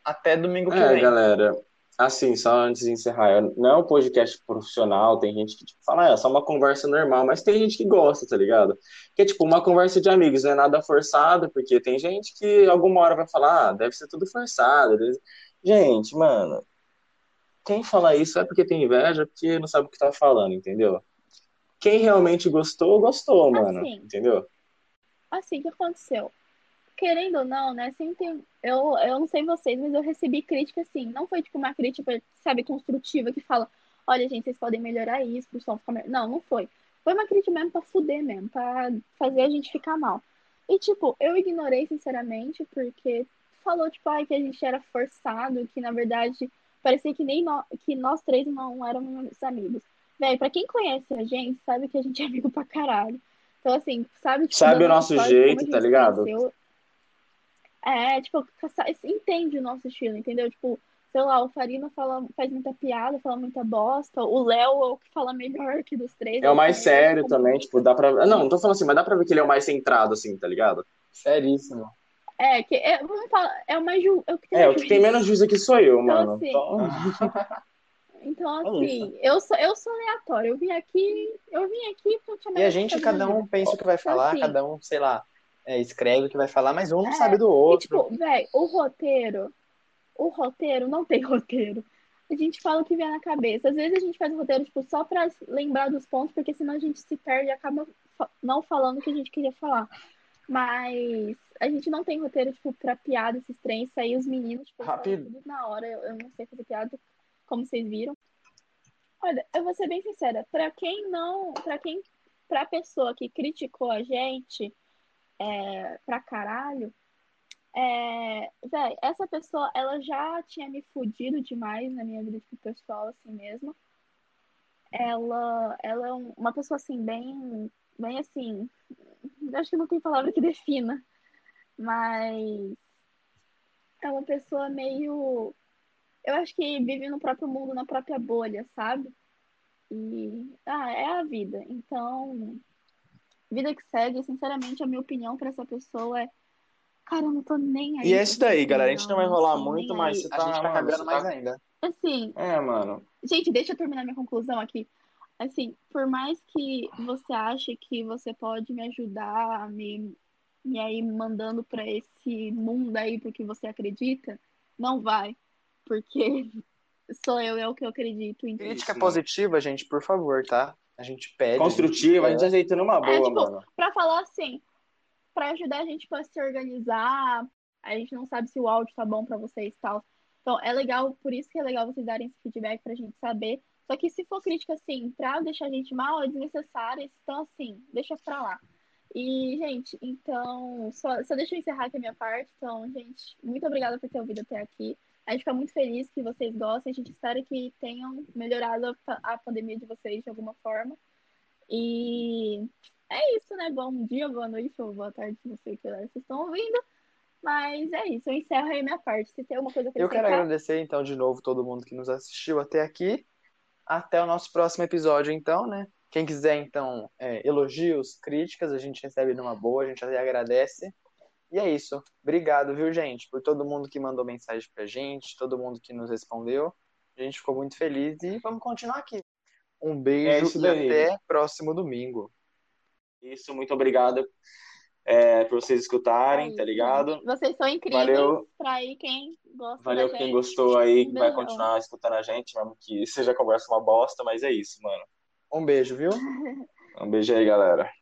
Até domingo que
É,
vem.
galera. Assim, só antes de encerrar, eu- não é um podcast profissional, tem gente que tipo, fala, "Ah, é só uma conversa normal, mas tem gente que gosta, tá ligado? Que é tipo uma conversa de amigos, não é nada forçado, porque tem gente que alguma hora vai falar, ah, deve ser tudo forçado. deve ser-". Gente, mano, quem fala isso é porque tem inveja, porque não sabe o que tá falando, entendeu? Quem realmente gostou, gostou, mano,
Assim.
entendeu?
Assim, o que aconteceu? Querendo ou não, né? Sempre eu, eu não sei vocês, mas eu recebi crítica assim. Não foi tipo uma crítica, sabe, construtiva que fala: olha, gente, vocês podem melhorar isso, pro som ficar melhor. Não, não foi. Foi uma crítica mesmo pra fuder mesmo, pra fazer a gente ficar mal. E, tipo, eu ignorei, sinceramente, porque falou, tipo, ai, que a gente era forçado, que na verdade parecia que nem nó- que nós três não éramos amigos. Véi, pra quem conhece a gente, sabe que a gente é amigo pra caralho. Então, assim, sabe, tipo,
Sabe
da
o nosso
nossa história, de
jeito,
como a
tá
gente
ligado?
conheceu. É, tipo, sa- entende o nosso estilo, entendeu? Tipo, sei lá, o Farina fala, faz muita piada, fala muita bosta, o Léo é o que fala melhor aqui dos três.
É o mais
ele também,
sério
ele
também,
comunica.
tipo, dá pra. Não, não tô falando assim, mas dá pra ver que ele é o mais centrado, assim, tá ligado?
Seríssimo.
É, que é, vamos falar, é o mais ju, é o que tem
É, o
mais
que tem menos juízo aqui sou eu, mano.
assim,
Então,
Então,
É
assim, eu sou, eu sou aleatória. Eu vim aqui, eu vim aqui pra te
E a gente, cada um pensa o que vai falar,
assim.
cada um, sei lá, é, escreve o que vai falar, mas um não
É,
sabe do
E,
outro.
tipo, velho, o roteiro, o roteiro não tem [LAUGHS] roteiro. A gente fala o que vier na cabeça. Às vezes a gente faz um roteiro, tipo, só pra lembrar dos pontos, porque senão a gente se perde e acaba fa- não falando o que a gente queria falar. Mas a gente não tem roteiro, tipo, pra piada, esses trens, aí os meninos, tipo, falam
Rápido.
tudo na hora. Eu, eu não sei fazer piada, como vocês viram. Olha, eu vou ser bem sincera, pra quem não, pra quem, pra pessoa que criticou a gente é, pra caralho, é, véi, essa pessoa, ela já tinha me fudido demais na minha vida tipo, pessoal, assim mesmo. Ela, ela é um- uma pessoa, assim, bem, bem assim, acho que não tem palavra que defina, mas é uma pessoa meio, eu acho que vive no próprio mundo, na própria bolha, sabe? E, ah, é a vida. Então, vida que segue, sinceramente, a minha opinião pra essa pessoa é, cara, eu não tô nem aí.
E é
pra
isso
sua
daí, galera. A gente
opinião,
não vai rolar
tô
muito,
nem
mas
aí.
você
A
tá,
gente tá
mano,
cagando
você
mais
tá-
ainda.
Assim,
É, mano.
gente, deixa eu terminar minha conclusão aqui. Assim, por mais que você ache que você pode me ajudar, me, me aí mandando pra esse mundo aí porque você acredita, não vai. Porque [LAUGHS] sou eu, é o que eu acredito. Então,
Crítica
Isso,
positiva, gente, por favor, tá? A gente pede.
Construtiva, a gente
gente
aceita numa boa,
tipo,
mano.
Pra falar assim, pra ajudar a gente pra se organizar, a gente não sabe se o áudio tá bom pra vocês e tal. Então é legal, por isso que é legal vocês darem esse feedback pra gente saber. Só que se for crítica assim, pra deixar a gente mal, é desnecessária, então assim, deixa pra lá. E, gente, então, só, só deixa eu encerrar aqui a minha parte. Então, gente, muito obrigada por ter ouvido até aqui. A gente fica muito feliz que vocês gostem. A gente espera que tenham melhorado a pa- a pandemia de vocês de alguma forma. E é isso, né? Bom dia, boa noite ou boa tarde, não sei o que horas vocês estão ouvindo. Mas é isso, eu encerro aí minha parte. Se tem alguma coisa que
Eu quero
acrescentar,
agradecer, então, de novo, todo mundo que nos assistiu até aqui. Até o nosso próximo episódio, então, né? Quem quiser, então, é, elogios, críticas, a gente recebe numa boa, a gente até agradece. E é isso. Obrigado, viu, gente, por todo mundo que mandou mensagem pra gente, todo mundo que nos respondeu. A gente ficou muito feliz e vamos continuar aqui. Um beijo
É isso
e
daí.
até próximo domingo.
isso, muito obrigado é, por vocês escutarem,
Aí,
tá ligado?
Vocês são incríveis.
Valeu.
Pra aí quem gosta
Valeu
da
quem
gente.
gostou aí, que vai
Beijão.
continuar escutando a gente, mesmo que seja conversa uma bosta, mas é isso, mano.
Um beijo, viu?
Um beijo aí, galera.